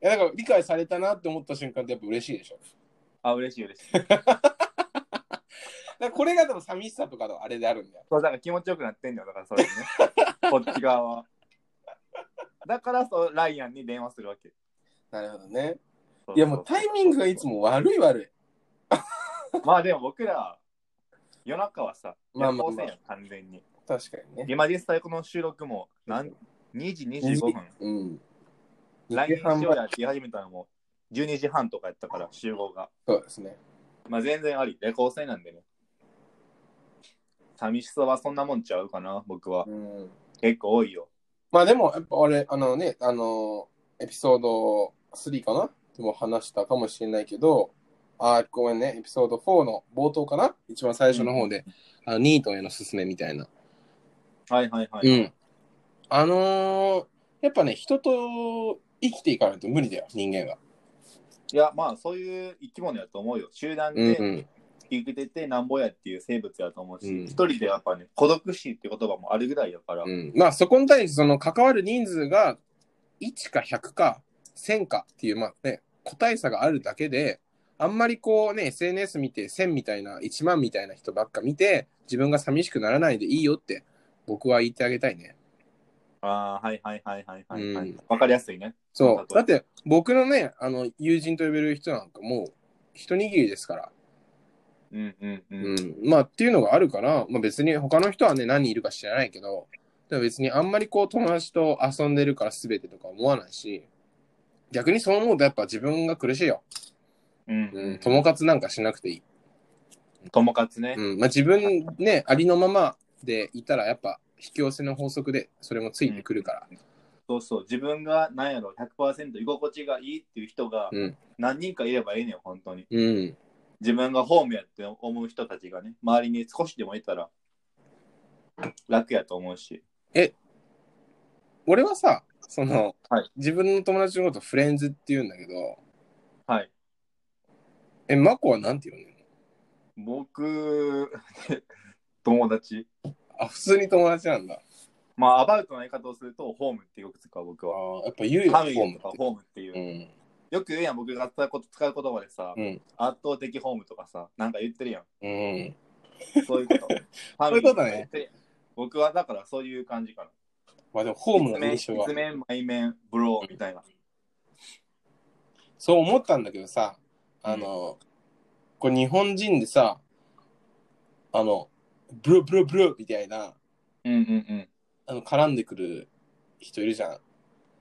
Speaker 1: や、だから理解されたなって思った瞬間ってやっぱ嬉しいでしょ
Speaker 2: あ、嬉しい嬉しい。
Speaker 1: だからこれが多分寂しさとかのあれであるんだよ。
Speaker 2: そう、だから気持ちよくなってんのよ。だからそれでね。 こっち側は。だからそう、ライアンに電話するわけ。
Speaker 1: なるほどね。
Speaker 2: そ
Speaker 1: いやもうタイミングがいつ
Speaker 2: も。
Speaker 1: も悪い悪
Speaker 2: まあでも僕ら、夜中はさ、
Speaker 1: まあ
Speaker 2: 夜
Speaker 1: まあまあ
Speaker 2: 行性やん、完全に。
Speaker 1: い。確かにね。
Speaker 2: 今実際この収録も、なん2時25分。
Speaker 1: うん。
Speaker 2: LINE し
Speaker 1: 半
Speaker 2: ようやって言い始めたのも、12時半とかやったから、集合が。
Speaker 1: そうですね。
Speaker 2: まあ全然あり、レコー戦なんでね。寂しさはそんなもんちゃうかな、僕は。
Speaker 1: うん。
Speaker 2: 結構多いよ。
Speaker 1: まあでも、やっぱ俺、あのね、あの、エピソード3かなでも話したかもしれないけど、あーごめんね、エピソード4の冒頭かな一番最初の方で、あのニートへの勧めみたいな。
Speaker 2: はいはいはい。
Speaker 1: うん。あのーやっぱね、人と生きていかないと無理だよ、人間が。
Speaker 2: いや、まあそういう生き物やと思うよ。集団
Speaker 1: うん
Speaker 2: で
Speaker 1: うん。
Speaker 2: 生きててなんぼやっていう生物やと思うし、
Speaker 1: うん
Speaker 2: 一人でやっぱね、孤独死っていう言葉もあるぐらいやから、
Speaker 1: うん、まあそこに対してその関わる人数が1か100か1000かっていうまあね個体差があるだけであんまりこうね SNS 見て1000みたいな1万みたいな人ばっか見て自分が寂しくならないでいいよって僕は言ってあげたいね
Speaker 2: ああ、はいはいはいはいはい、は
Speaker 1: う
Speaker 2: い
Speaker 1: ん。
Speaker 2: わかりやすいね。
Speaker 1: そうだって僕のねあの友人と呼べる人なんかもう一握りですから、
Speaker 2: うんうんうん。
Speaker 1: うん、まあっていうのがあるから、まあ、別に他の人はね何人いるか知らないけどでも別にあんまりこう友達と遊んでるから全てとか思わないし逆にそう思うとやっぱ自分が苦しいよ、
Speaker 2: う
Speaker 1: う、
Speaker 2: んうんん。
Speaker 1: 友活なんかしなくていい、
Speaker 2: 友活ね。
Speaker 1: うんまあ、自分ねありのままでいたらやっぱ引き寄せの法則でそれもついてくるから、
Speaker 2: そうそう。自分がなんやろ、100%居心地がいいっていう人が
Speaker 1: うん
Speaker 2: 何人かいればいいねよ、本当に。
Speaker 1: うん、
Speaker 2: 自分がホームやって思う人たちがね、周りに少しでもいたら楽やと思うし。
Speaker 1: 俺はさその、
Speaker 2: はい
Speaker 1: 自分の友達のことフレンズって言うんだけど
Speaker 2: はい。
Speaker 1: えマコはなんて言うの
Speaker 2: 僕、友達。
Speaker 1: あ普通に友達なんだ
Speaker 2: まあ、アバウトな言い方をすると、ホームってよく使う、僕は。
Speaker 1: ああ、やっぱ言うよ、
Speaker 2: ハ
Speaker 1: ホ
Speaker 2: ム
Speaker 1: ー
Speaker 2: イ
Speaker 1: ム
Speaker 2: とか
Speaker 1: って。
Speaker 2: ホームっていう
Speaker 1: う。ん。
Speaker 2: よく言うやん、僕が使うこと使う言葉でさ、
Speaker 1: うん
Speaker 2: 圧倒的ホームとかさ、なんか言って るやん。
Speaker 1: うん。
Speaker 2: そういうこと。
Speaker 1: ういうことね
Speaker 2: ハムイか言ってるやん。僕はだからそういう感じかな。
Speaker 1: まあでも、ホームの印象は
Speaker 2: 一。面、一面前面、ブローみたいな。
Speaker 1: そう思ったんだけどさ、あの、これ日本人でさ、あの、ブルブルブルみたいな、
Speaker 2: うんうん
Speaker 1: あの、絡んでくる人いるじゃん。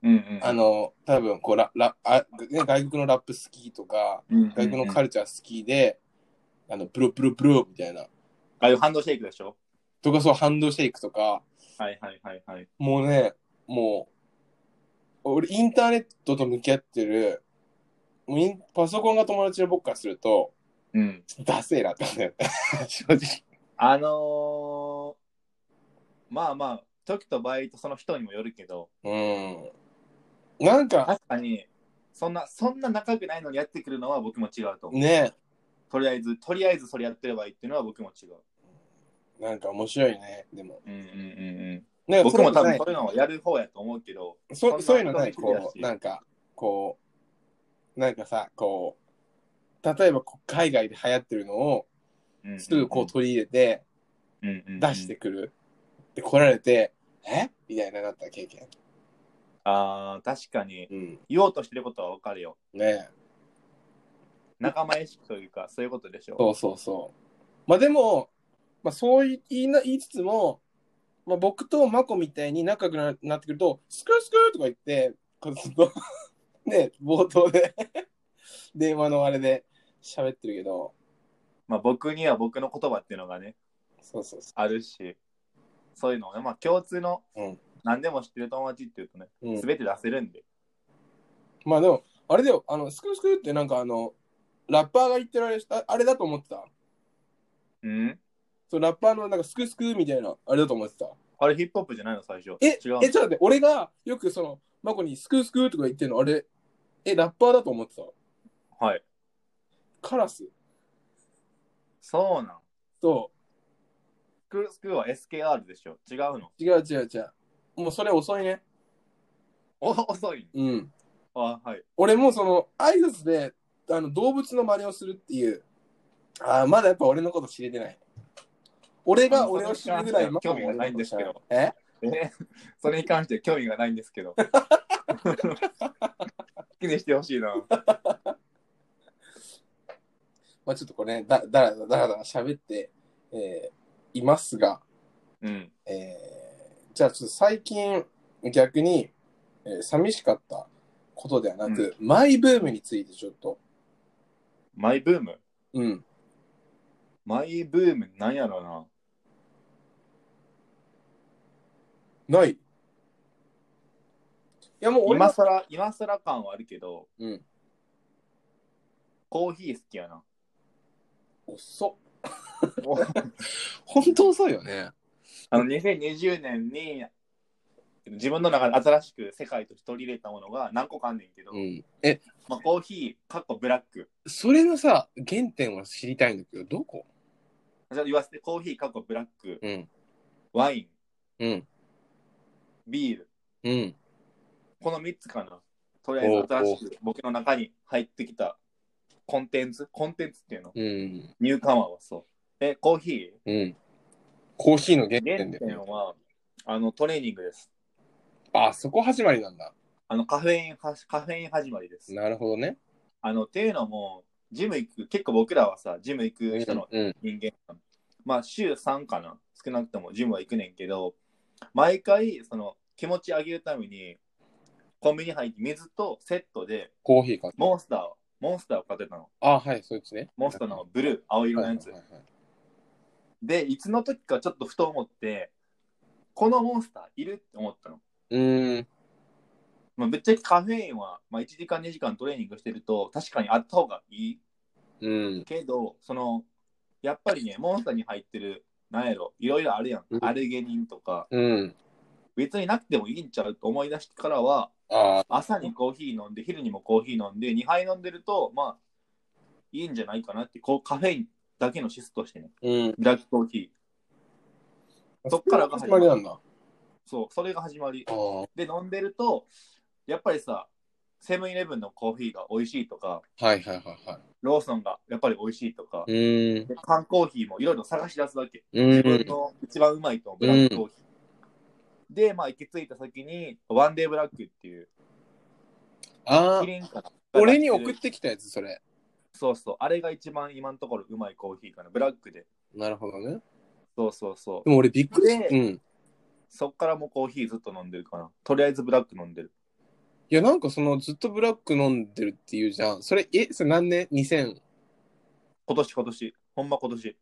Speaker 2: うん。うんうん、
Speaker 1: あの、多分こうララあ、ね、外国のラップ好きとか、
Speaker 2: うんうんうん、
Speaker 1: 外国のカルチャー好きで、あの、ブルブルブルみたいな。
Speaker 2: ああいうハンドシェイクでしょ
Speaker 1: とか、そう、ハンドシェイクとか、
Speaker 2: はいはいはいはい。
Speaker 1: もうね、もう、俺、インターネットと向き合ってる、もうインパソコンが友達の僕からすると、
Speaker 2: うん。
Speaker 1: ダセーなって思うんだよね 正直。
Speaker 2: あのー、まあまあ、時と場合とその人にもよるけど、
Speaker 1: うん。なんか、
Speaker 2: 確かに、そんな、そんな仲良くないのにやってくるのは僕も違うと思う。
Speaker 1: ね、
Speaker 2: とりあえず、とりあえずそれやってればいいっていうのは僕も違う。
Speaker 1: なんか面白いね、でも。
Speaker 2: うんうんうん
Speaker 1: なんか
Speaker 2: 僕も多
Speaker 1: そう
Speaker 2: 分
Speaker 1: いうの
Speaker 2: そういうのをやる方やと思うけど、
Speaker 1: そそういうのない、
Speaker 2: そんな
Speaker 1: こう、なんか、こう、なんかさ、こう、例えばこう海外で流行ってるのをすぐこう取り入れて
Speaker 2: うんうんうん
Speaker 1: 出して。くる。で、来られて、えみたいななった経験。
Speaker 2: ああ、確かに、
Speaker 1: うん。
Speaker 2: 言おうとしてることはわかるよ。
Speaker 1: ね
Speaker 2: 仲間意識というか、そういうことでしょ。
Speaker 1: そうそうそう。まあでも、まあそう言いな言いつつも、まあ僕とマコみたいに仲良くななってくると、スクースクーとか言って、こうずっと ね、冒頭で 電話のあれで喋ってるけど、
Speaker 2: まあ僕には僕の言葉っていうのがね、
Speaker 1: そうそうそ
Speaker 2: あるし、そういうのをね、まあ共通の
Speaker 1: うん
Speaker 2: 何でも知ってる友達っていうとね、
Speaker 1: う。うん
Speaker 2: す、べて出せるんで。
Speaker 1: まあでも、あれだよ、あの、スクースクーってなんかあの、ラッパーが言ってるあれ、ああれだと思ってた。
Speaker 2: うん
Speaker 1: そう、ラッパーのなんかスクースクーみたいな、あれだと思ってた。
Speaker 2: あれヒップホップじゃないの最初。
Speaker 1: え、え、
Speaker 2: 違
Speaker 1: ち
Speaker 2: う
Speaker 1: ょ
Speaker 2: の
Speaker 1: っと待って、俺がよくその、マコにスクースクーとか言ってるの、あれ、え、ラッパーだと思ってた。
Speaker 2: はい。
Speaker 1: カラス
Speaker 2: そうなん。
Speaker 1: と、
Speaker 2: スクスクーは SKR でしょ。違うの。
Speaker 1: 違う違う違う。もうそれ遅いね。
Speaker 2: お、遅い。
Speaker 1: うん。
Speaker 2: あ、はい。
Speaker 1: 俺もその、挨拶で、あの、動物の真似をするっていう、ああ、まだやっぱ俺のこと知れてない。俺が俺を知るぐらい、
Speaker 2: 興味がないんですけど。
Speaker 1: え
Speaker 2: えそれに関して興味がないんで すけど。好きにしてほしいな。
Speaker 1: まあちょっとこれね、だだらだらだらだら喋って、えーいますが、
Speaker 2: うん。
Speaker 1: えーじゃあちょっと最近逆に、えー寂しかったことではなく、マイブームについてちょっと、
Speaker 2: マイブーム
Speaker 1: うん、
Speaker 2: マイブームなんやろな。
Speaker 1: ない。いやもう俺
Speaker 2: 今
Speaker 1: も、
Speaker 2: 更、今更感はあるけど、
Speaker 1: うん、
Speaker 2: コーヒー好きやな。
Speaker 1: 遅っ。本当遅いよね。
Speaker 2: あの2020年に自分の中で新しく世界として取り入れたものが何個かあんねんけど、
Speaker 1: うん。え、
Speaker 2: まあ、コーヒー、かっこブラック。
Speaker 1: それのさ、原点は知りたいんだけど、どこ
Speaker 2: じゃあ言わせて、コーヒー、かっこブラック、
Speaker 1: うん、
Speaker 2: ワイン、
Speaker 1: うん、
Speaker 2: ビール、
Speaker 1: うん。
Speaker 2: この3つかな。とりあえず新しく僕の中に入ってきたコンテンツ、コンテンツっていうの、
Speaker 1: うん、
Speaker 2: ニューカマーはそう。え、コーヒ
Speaker 1: うん。コーヒーの原
Speaker 2: ー、原
Speaker 1: 点だよね
Speaker 2: 点。はあのトレーニングです。
Speaker 1: あ、そこ始まりなんだ。
Speaker 2: あのカフェインは、カフェイン始まりです。
Speaker 1: なるほどね。
Speaker 2: あのっていうのも、ジム行く、結構僕らはさ、ジム行く人の
Speaker 1: うん、
Speaker 2: 人間なのまあ週3かな少なくともジムは行くねんけど毎回その気持ち上げるためにコンビニ入って水とセットで
Speaker 1: コーヒーか。
Speaker 2: モンスターをモンスターを買ってたの
Speaker 1: あ、はい、そっちね。
Speaker 2: モンスターのブルー青色のやつ
Speaker 1: はいはいはい
Speaker 2: でいつの時かちょっとふと思ってこのモンスターいるって思ったの、
Speaker 1: うーん、
Speaker 2: まあ、ぶっちゃけカフェインは、まあ、1時間2時間トレーニングしてると確かにあった方がいい
Speaker 1: うん、
Speaker 2: けどそのやっぱりねモンスターに入ってるなんやろいろいろあるやん、
Speaker 1: うん
Speaker 2: アルゲニンとか
Speaker 1: うん。
Speaker 2: 別になくてもいいんちゃうと思い出してからは
Speaker 1: あ
Speaker 2: 朝にコーヒー飲んで昼にもコーヒー飲んで2杯飲んでるとまあいいんじゃないかなってこうカフェインだけのシスとしてね
Speaker 1: ー、うん。
Speaker 2: ブラックコーヒーそっからが
Speaker 1: 始まりなんだ。
Speaker 2: そう、それが始まり。
Speaker 1: あ
Speaker 2: で、飲んでると、やっぱりさ、セブンイレブンのコーヒーが美味しいとか、
Speaker 1: あ。はいはいはいは
Speaker 2: ローソンがやっぱり美味しいとか、
Speaker 1: い。うーん。
Speaker 2: で缶コーヒーもいろいろ探し出すわけ。
Speaker 1: う
Speaker 2: 自分
Speaker 1: ん。
Speaker 2: の一番うまいと思うブラックコーヒー。で、まあ、行き着いた先に、ワンデーブラックっていう、
Speaker 1: ああ
Speaker 2: キ。リンから。
Speaker 1: 俺に送ってきたやつ、それ。
Speaker 2: そうそう、あれが一番今のところうまいコーヒーかな、ブラックで。
Speaker 1: なるほどね。
Speaker 2: そうそうそ
Speaker 1: でも俺びっくりし
Speaker 2: で
Speaker 1: うん。
Speaker 2: う。そっからもうコーヒーずっと飲んでるかな。とりあえずブラック飲んでる。
Speaker 1: いや、なんかそのずっとブラック飲んでるっていうじゃん。それ、え、それ何年 ?2000。
Speaker 2: 今年今年。ほんま今年。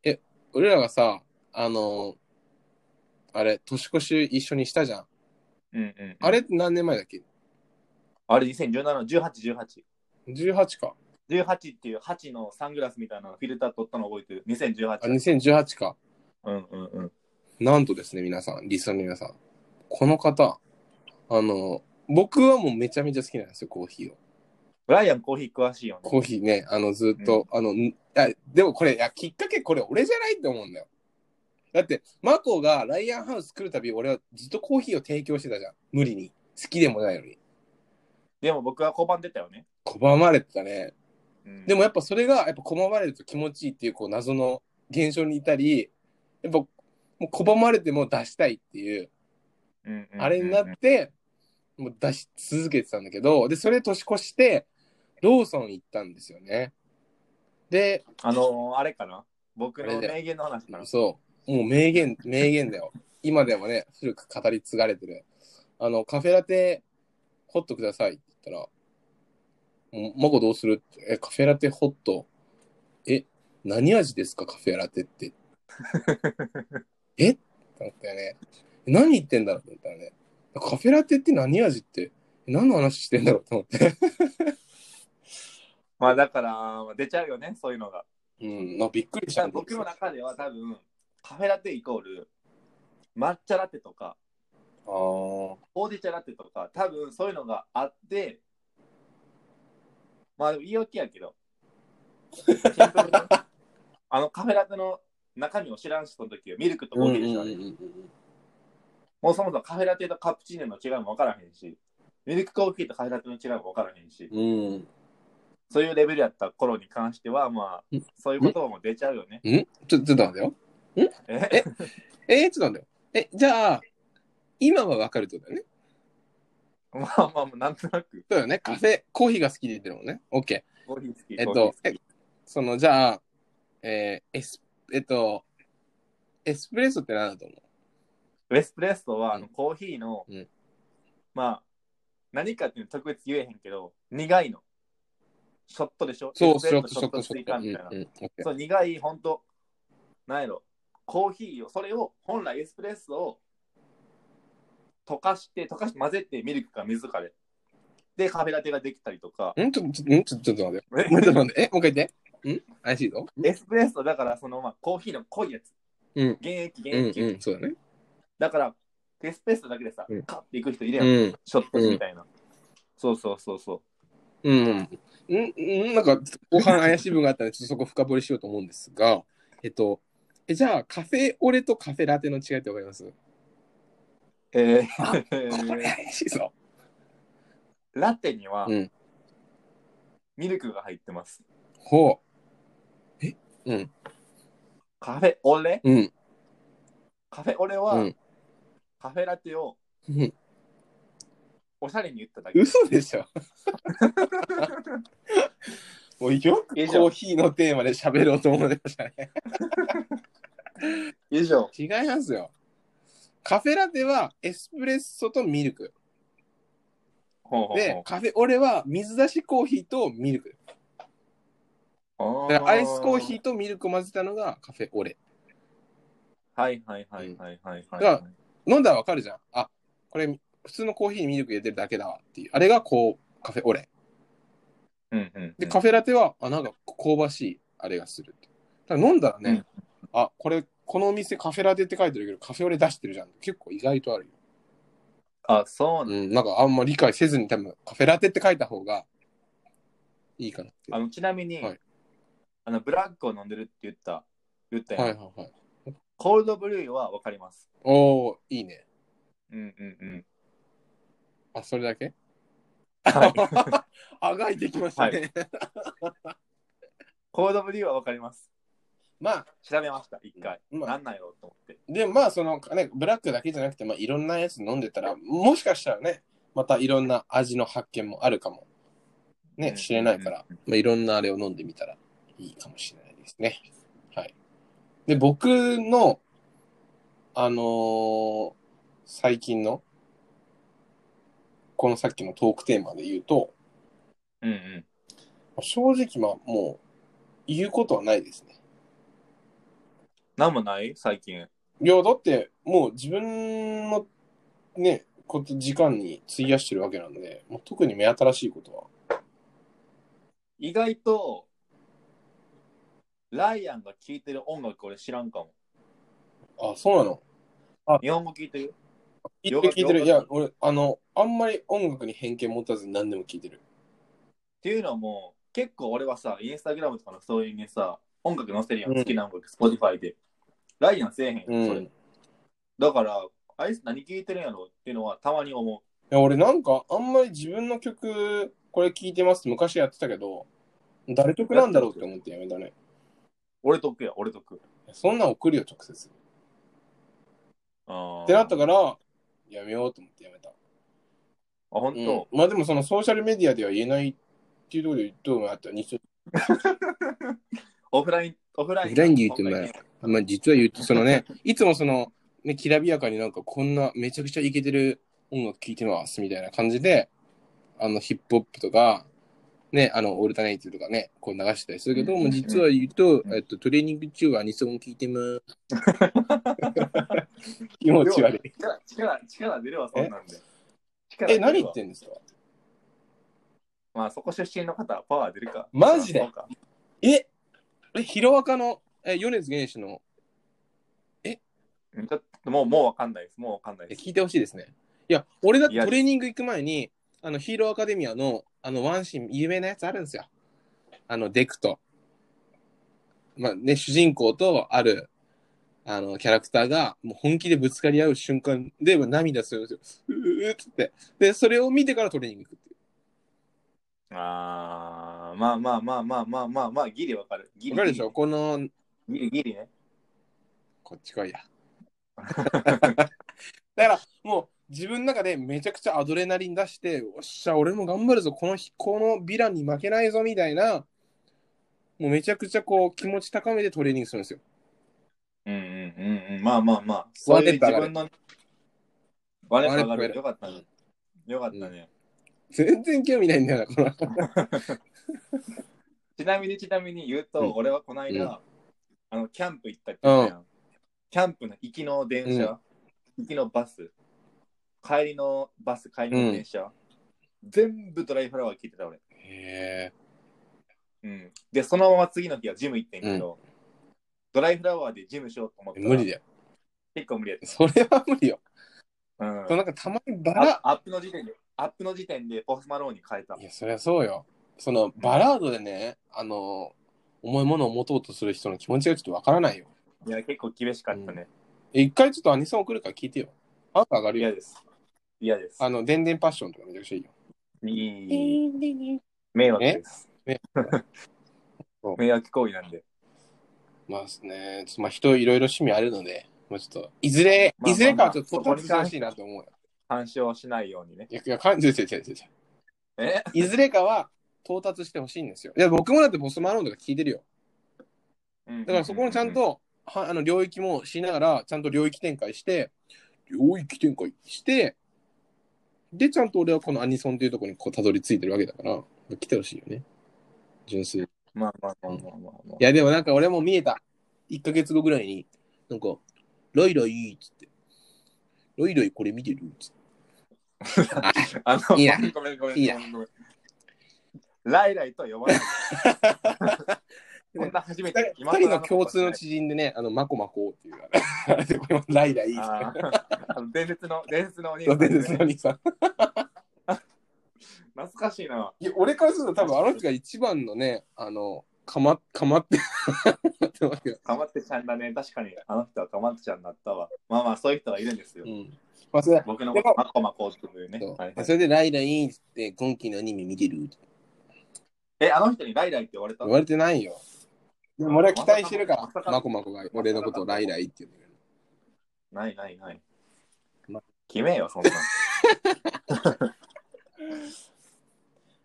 Speaker 1: 俺らがさ、あのーあれ、年越し一緒にしたじゃん。
Speaker 2: うんうん。
Speaker 1: あれって何年前だっけ
Speaker 2: あれ2017、18、18。
Speaker 1: ?18 か。
Speaker 2: 18っていう8のサングラスみたいなフィルター取ったの覚えてる
Speaker 1: あ、
Speaker 2: 2018。
Speaker 1: 2018か。
Speaker 2: うんうんうん。
Speaker 1: なんとですね、皆さん、リスナーの皆さん。この方、あのー僕はもうめちゃめちゃ好きなんですよ、コーヒーを。
Speaker 2: ブライアンコーヒー詳しいよね。
Speaker 1: コーヒーね、あの、ずっと、あの、んあでもこれ、いや、きっかけこれ俺じゃないって思うんだよ。だって、マコがライアンハウス来るたび、俺はずっとコーヒーを提供してたじゃん。無理に。好きでもないのに。
Speaker 2: でも僕は小判出たよね。
Speaker 1: 拒まれてたね。
Speaker 2: うん
Speaker 1: でもやっぱそれが、やっぱ拒まれると気持ちいいっていう、こう、謎の現象にいたり、やっぱ、もう拒まれても出したいっていう、
Speaker 2: うんうんうん
Speaker 1: あれになって、もう出し続けてたんだけど、で、それ年越して、ローソン行ったんですよね。で、
Speaker 2: あのー、あれかな僕
Speaker 1: あれ
Speaker 2: の
Speaker 1: だよ
Speaker 2: 名言の話かな
Speaker 1: そう。もう名言、名言だよ。 今でもね、古く語り継がれてる。あの、カフェラテ、ホットくださいって言ったら、もうマコどうするってえ、カフェラテホット。え、何味ですかカフェラテ って。えって思ったよね。何言ってんだろうって思ったらね。カフェラテって何味って、え何の話してんだろうって思って。
Speaker 2: まあだから、出ちゃうよね、そういうのが。
Speaker 1: うん、なんかびっくりし
Speaker 2: だか
Speaker 1: た。
Speaker 2: ら僕の中では多分、カフェラテイコール、抹茶ラテとか、
Speaker 1: あー
Speaker 2: ほうじ茶ラテとか、多分そういうのがあって、まあでも言い訳やけど、シンプルに あのカフェラテの中身を知らん人の時はミルクとコーヒーでしょ、あれ
Speaker 1: うんうんうんうん
Speaker 2: もうそもそもカフェラテとカプチーノの違いも分からへんし、ミルクコーヒーとカフェラテの違いも分からへんし、
Speaker 1: うん。うん
Speaker 2: そういうレベルやった頃に関しては、まあ
Speaker 1: ん、
Speaker 2: そういうことも出ちゃうよね。
Speaker 1: んちょ、ちょっと待ってよ。
Speaker 2: え
Speaker 1: えー、ちょっと待ってよ。え、じゃあ、今はわかるってことだよね。
Speaker 2: まあまあ、なんとなく、
Speaker 1: そうだよね。カフェ、コーヒーが好きで言ってるもんね。オッケ
Speaker 2: コーヒー好き。
Speaker 1: ー。えっ
Speaker 2: コー
Speaker 1: と、
Speaker 2: ヒー
Speaker 1: え、その、じゃあ、えーエス、えっと、エスプレッソって何だと思う
Speaker 2: エスプレッソは、あ
Speaker 1: う
Speaker 2: のコーヒーの、
Speaker 1: うん
Speaker 2: まあ、何かっていうの特別言えへんけど、苦いの。ショットでしょ
Speaker 1: そ
Speaker 2: エ
Speaker 1: う、
Speaker 2: スプ
Speaker 1: シ
Speaker 2: レ
Speaker 1: ョ
Speaker 2: ッ
Speaker 1: ッ
Speaker 2: ソ
Speaker 1: ク、
Speaker 2: シ
Speaker 1: ショック、ショ
Speaker 2: ョットスイ
Speaker 1: ッ
Speaker 2: カ
Speaker 1: ク。
Speaker 2: みたいな
Speaker 1: うん、。うん、オッケー。
Speaker 2: そう、苦い、ほんと、なんやろ、コーヒーを、それを、本来エスプレッソを溶かして、溶かして混ぜて、ミルクか水かで。で、カフェラテができたりとか。
Speaker 1: んちょ、ちょ、んちょ、ちょっと待ってよ。ちょっと待って。え、もう一回言って。ん怪しいぞ。
Speaker 2: エスプレッソだからそのまあコーヒーの濃いやつ。
Speaker 1: うん
Speaker 2: 原液
Speaker 1: う
Speaker 2: 原
Speaker 1: ん、
Speaker 2: 液。
Speaker 1: うん、そうだね。
Speaker 2: だからエスプレッソだけでさ、
Speaker 1: うん
Speaker 2: カッていく人いるやん、
Speaker 1: うん。
Speaker 2: ショットみたいな。そうそうそうそう。
Speaker 1: うんうん。んんなんか、後半怪しい部分があったので、ちょっとそこ深掘りしようと思うんですが、えっと、えじゃあ、カフェオレとカフェラテの違いってわかります、
Speaker 2: え
Speaker 1: あこれ
Speaker 2: ー、
Speaker 1: 怪しいぞ。
Speaker 2: ラテには
Speaker 1: うん
Speaker 2: ミルクが入ってます。
Speaker 1: ほ
Speaker 2: カフェオレ
Speaker 1: う。うん。
Speaker 2: カフェオレは、
Speaker 1: うん。
Speaker 2: カフェラテを
Speaker 1: うん
Speaker 2: おしゃれに言っただけ。
Speaker 1: 嘘でしょ。もうよくコ
Speaker 2: 以上
Speaker 1: ーヒーのテーマで喋ろうと思いましたね。
Speaker 2: 以上。
Speaker 1: 違いますよ。カフェラテはエスプレッソとミルク。
Speaker 2: ほうほう
Speaker 1: で、カフェオレは水出しコーヒーとミルク。
Speaker 2: ほう
Speaker 1: だからアイスコーヒ
Speaker 2: ー。
Speaker 1: ーとミルクを混ぜたのがカフェオレ。
Speaker 2: はいはいはいはいはい、はい
Speaker 1: が飲んだらわかるじゃん。あ、これ普通のコーヒーにミルク入れてるだけだわっていう。あれがこう、カフェオレ。
Speaker 2: うんうん、
Speaker 1: で、カフェラテは、あ、なんか香ばしいあれがするって。だから飲んだらね、あ、これ、このお店カフェラテって書いてるけど、カフェオレ出してるじゃん。結構意外とあるよ。
Speaker 2: あ、そうなん
Speaker 1: うん、なんかあんま理解せずに多分カフェラテって書いた方がいいかなって。
Speaker 2: あ
Speaker 1: はい
Speaker 2: のちなみに、
Speaker 1: はい
Speaker 2: あのブラックを飲んでるって言った言ったやん、
Speaker 1: はいはい。
Speaker 2: コールドブルーはわかります。
Speaker 1: おー、いいね。
Speaker 2: うんうんうん。
Speaker 1: あ、それだけ
Speaker 2: はい
Speaker 1: あがいてきましたね。
Speaker 2: コードブリューはわかります。
Speaker 1: まあ、
Speaker 2: 調べました、一回。
Speaker 1: ま
Speaker 2: な
Speaker 1: あ、
Speaker 2: んないよと思って。
Speaker 1: でもまあ、その、ね、ブラックだけじゃなくて、まあ、いろんなやつ飲んでたら、もしかしたらね、またいろんな味の発見もあるかも。ね、知れないから、まあ、いろんなあれを飲んでみたらいいかもしれないですね。はい。で、僕の、あのー最近の、このさっきのトークテーマで言うと、
Speaker 2: うんうん。
Speaker 1: 正直、まあ、もう、言うことはないですね。
Speaker 2: なんもない最近。
Speaker 1: いや、だって、もう自分のね、こと、時間に費やしてるわけなんで、もう特に目新しいことは。
Speaker 2: 意外と、ライアンが聴いてる音楽俺知らんかも。
Speaker 1: あ、そうなの
Speaker 2: 日本語聴いてる
Speaker 1: 聞いてる、聞いてる。い
Speaker 2: 洋
Speaker 1: や
Speaker 2: 楽、
Speaker 1: 俺、あの、あんまり音楽に偏見持たずに何でも聞いてる。
Speaker 2: っていうのも、結構俺はさ、インスタグラムとかのストーリーにさ、音楽載せるやん。
Speaker 1: うん
Speaker 2: 好きな音楽、Spotify で。ライアンせえへん
Speaker 1: う
Speaker 2: やん、そ
Speaker 1: ん。
Speaker 2: れ
Speaker 1: い。
Speaker 2: だから、あいつ何聴いてるんやろっていうのはたまに思
Speaker 1: や、俺なんか、あんまり自分の曲、これ聞いてますって昔やってたけど、誰曲なんだろうって思ってやめたね。
Speaker 2: う。俺得や、俺得。
Speaker 1: そんなん送るよ、直接。
Speaker 2: あー
Speaker 1: ってなったから、やめようと思ってやめた。
Speaker 2: あ、本当、
Speaker 1: うん、まあでもそのソーシャルメディアでは言えないっていうところで言ってもあったら日常
Speaker 2: オフライン、オフライン。
Speaker 1: オフラインで言ってもらえまあ、実は言うと、そのね、いつもその、ね、きらびやかになんかこんなめちゃくちゃイケてる音楽聴いてますみたいな感じで、あのヒップホップとか、ね、あのオルタネイティブとかね、こう流してたりするけど、
Speaker 2: うん
Speaker 1: もう実は言うと、
Speaker 2: うん
Speaker 1: えっと、トレーニング中はアニソン聴いて ます。気持ち悪い。
Speaker 2: い。力、力、力出るわ、そんなんで。力
Speaker 1: え、
Speaker 2: 出るわ
Speaker 1: 何言ってんですか
Speaker 2: まあ、そこ出身の方、パワー出るか。
Speaker 1: マジで
Speaker 2: そうか
Speaker 1: え、え、ヒロアカの、え、米津玄師の、
Speaker 2: うんちょっともう、もうわかんないです。もうわかんない
Speaker 1: え
Speaker 2: です。
Speaker 1: 聞いてほしいですね。いや、俺だって
Speaker 2: いや
Speaker 1: トレーニング行く前に、あのヒーローアカデミアのあのワンシーン、有名なやつあるんですよ。あの、デクと。まあね、主人公とある、あの、キャラクターが、もう本気でぶつかり合う瞬間で、もう涙するんですよ。うーっつって。で、それを見てからトレーニング行くっていう。
Speaker 2: あーまあまあまあまあまあまあまあ、ギリわかる。ギリ
Speaker 1: わかるでしょこの、
Speaker 2: ギリギリね。
Speaker 1: こっち来いや。 だからもう自分の中でめちゃくちゃアドレナリン出して、おっしゃ、俺も頑張るぞ、この日このヴィランに負けないぞみたいな、もうめちゃくちゃこう気持ち高めでトレーニングするんですよ。
Speaker 2: うんうんうんうん。まあまあまあ。そういう自分の。バレット上が
Speaker 1: 割れっぱ上が
Speaker 2: る。
Speaker 1: る
Speaker 2: よかったね。よかったね。
Speaker 1: 全然興味ないんだよな、この。
Speaker 2: ちなみにちなみに言うと、
Speaker 1: うん
Speaker 2: 俺はこの間、
Speaker 1: う
Speaker 2: あの、キャンプ行ったっけ、
Speaker 1: うん
Speaker 2: キャンプの行きの電車、行きのバス、帰りのバス、帰りの電車、全部ドライフラワー聞いてた俺。
Speaker 1: へ
Speaker 2: うん。で、そのまま次の日はジム行ってんけど、ドライフラワーでジムしようと思っ
Speaker 1: え
Speaker 2: たら
Speaker 1: 無理だよ。
Speaker 2: 結構無理やっ
Speaker 1: それは無理よ。
Speaker 2: た。う。
Speaker 1: そうんなんかたまにバ
Speaker 2: あ
Speaker 1: ラ。
Speaker 2: アップの時点で、アップの時点でポスマローンに変えた
Speaker 1: い。や、そりゃそうよ。そのバラードでね、あの、重いものを持とうとする人の気持ちがちょっとわからないよ。
Speaker 2: いや、結構厳しかったね。
Speaker 1: え一回ちょっとアニソン送るから聞いてよ。あんた上がる
Speaker 2: 嫌
Speaker 1: よ。
Speaker 2: です。嫌です。
Speaker 1: あの、電電パッションとかめちゃくちゃいいよ。
Speaker 2: いい迷惑です。
Speaker 1: え 迷惑
Speaker 2: 迷惑行為なんで。
Speaker 1: まあですね、ちょっとまあ人いろいろ趣味あるので、まあちょっと、いずれ、
Speaker 2: まあ
Speaker 1: い
Speaker 2: まあまあ
Speaker 1: ずれかはちょっとポッドキャストしてほしいなと思うよ。
Speaker 2: 干渉しないようにね。
Speaker 1: いや、いや、かん、違う違う違う違う
Speaker 2: え
Speaker 1: いずれかは到達してほしいんですよ。いや、僕もだってボスマローンとか聞いてるよ。だからそこもちゃん。と、はあの、領域もしながら、ちゃんと領域展開して、領域展開して、で、ちゃんと俺はこのアニソンっていうところにこう、たどり着いてるわけだから、来てほしいよね。純粋に
Speaker 2: まあまあまあまあまあまあ
Speaker 1: い。や、でもなんか俺も見えた。1ヶ月後ぐらいに、なんか、ロイロイっつって、ロイロイこれ見てるっつって。
Speaker 2: あの
Speaker 1: いいな
Speaker 2: ごめんごめんごめん。
Speaker 1: いいな
Speaker 2: ごめんごめんライライとは呼ばない。こんな初 めて。
Speaker 1: 2人の共通の知人でね、あの、マコマコっていう、あれ でこれもライライっつっ
Speaker 2: あー あの伝説の、伝説のお兄
Speaker 1: て
Speaker 2: さん、
Speaker 1: 伝説の
Speaker 2: ね。
Speaker 1: 兄さん。
Speaker 2: 懐かしいな。
Speaker 1: いや俺からすると多分あの人が一番のね、あの、かま、かまって、ってわけよ
Speaker 2: かまってちゃんだね。確かに、あの人はかまってちゃんだったわ。まあまあ、そういう人がいるんですよ
Speaker 1: う。ん。まあ、それ
Speaker 2: 僕のこと、まこまこっていうね
Speaker 1: そう。
Speaker 2: はいはい
Speaker 1: それで、ライラインって、今期のアニメ見てるって
Speaker 2: え、あの人にライライって言われた
Speaker 1: 言われてないよ。でも俺は期待してるから、マコマコが俺のことをライライって言うんだけど。
Speaker 2: ないないない
Speaker 1: ま。
Speaker 2: 決めよ、そん なの。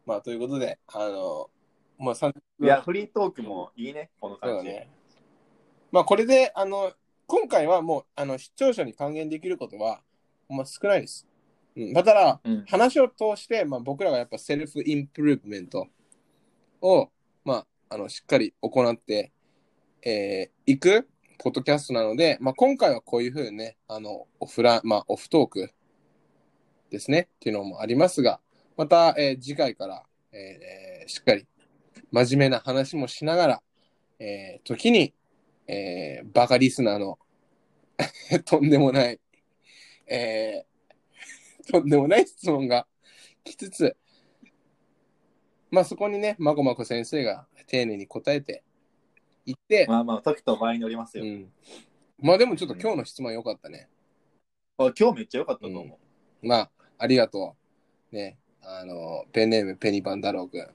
Speaker 1: まあ、ということで、あの、まあ、さ
Speaker 2: いや、フリートークもいいね、この
Speaker 1: そう
Speaker 2: 感
Speaker 1: だ
Speaker 2: じ。
Speaker 1: ね。まあ、これで、あの、今回はもう、あの、視聴者に還元できることは、まあ、少ないです。うん、だから、
Speaker 2: うん
Speaker 1: 話を通して、まあ、僕らがやっぱセルフインプルーブメントを、まあ、あの、しっかり行って、えーいく、ポッドキャストなので、まあ、今回はこういうふうにね、あの、オフラン、まあ、オフトークですね、っていうのもありますが、また、えー次回から、えーしっかり、真面目な話もしながら、えー時に、えーバカリスナーの とんでもない、えーとんでもない質問が来つつ、まあそこにね、まこまこ先生が丁寧に答えていって、
Speaker 2: まあまあ、時と場合によります
Speaker 1: う
Speaker 2: よ。
Speaker 1: ん、まあでもちょっと今日の質問良かったね。
Speaker 2: あ今日めっちゃ良かったと思う。
Speaker 1: まあ、ありがとう。ね、あの、ペンネームペニパン太郎くん。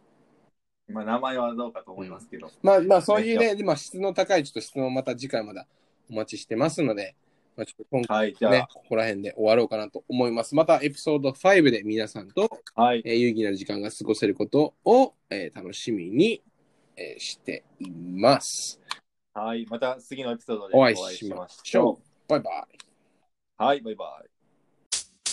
Speaker 2: まあ、名前はどうかと思いますけど。
Speaker 1: まあまあそういうね、今質の高いちょっと質問また次回まだお待ちしてますので、まあ、ちょっと今回
Speaker 2: はい、じゃあ、
Speaker 1: ね、ここら辺で終わろうかなと思います。またエピソード5で皆さんと、
Speaker 2: はい、
Speaker 1: えー有意義な時間が過ごせることを、えー楽しみに、えーしています。
Speaker 2: はい、また次のエピソードで
Speaker 1: お会いしましょう。バイバイ。
Speaker 2: う。はい、バイバイ。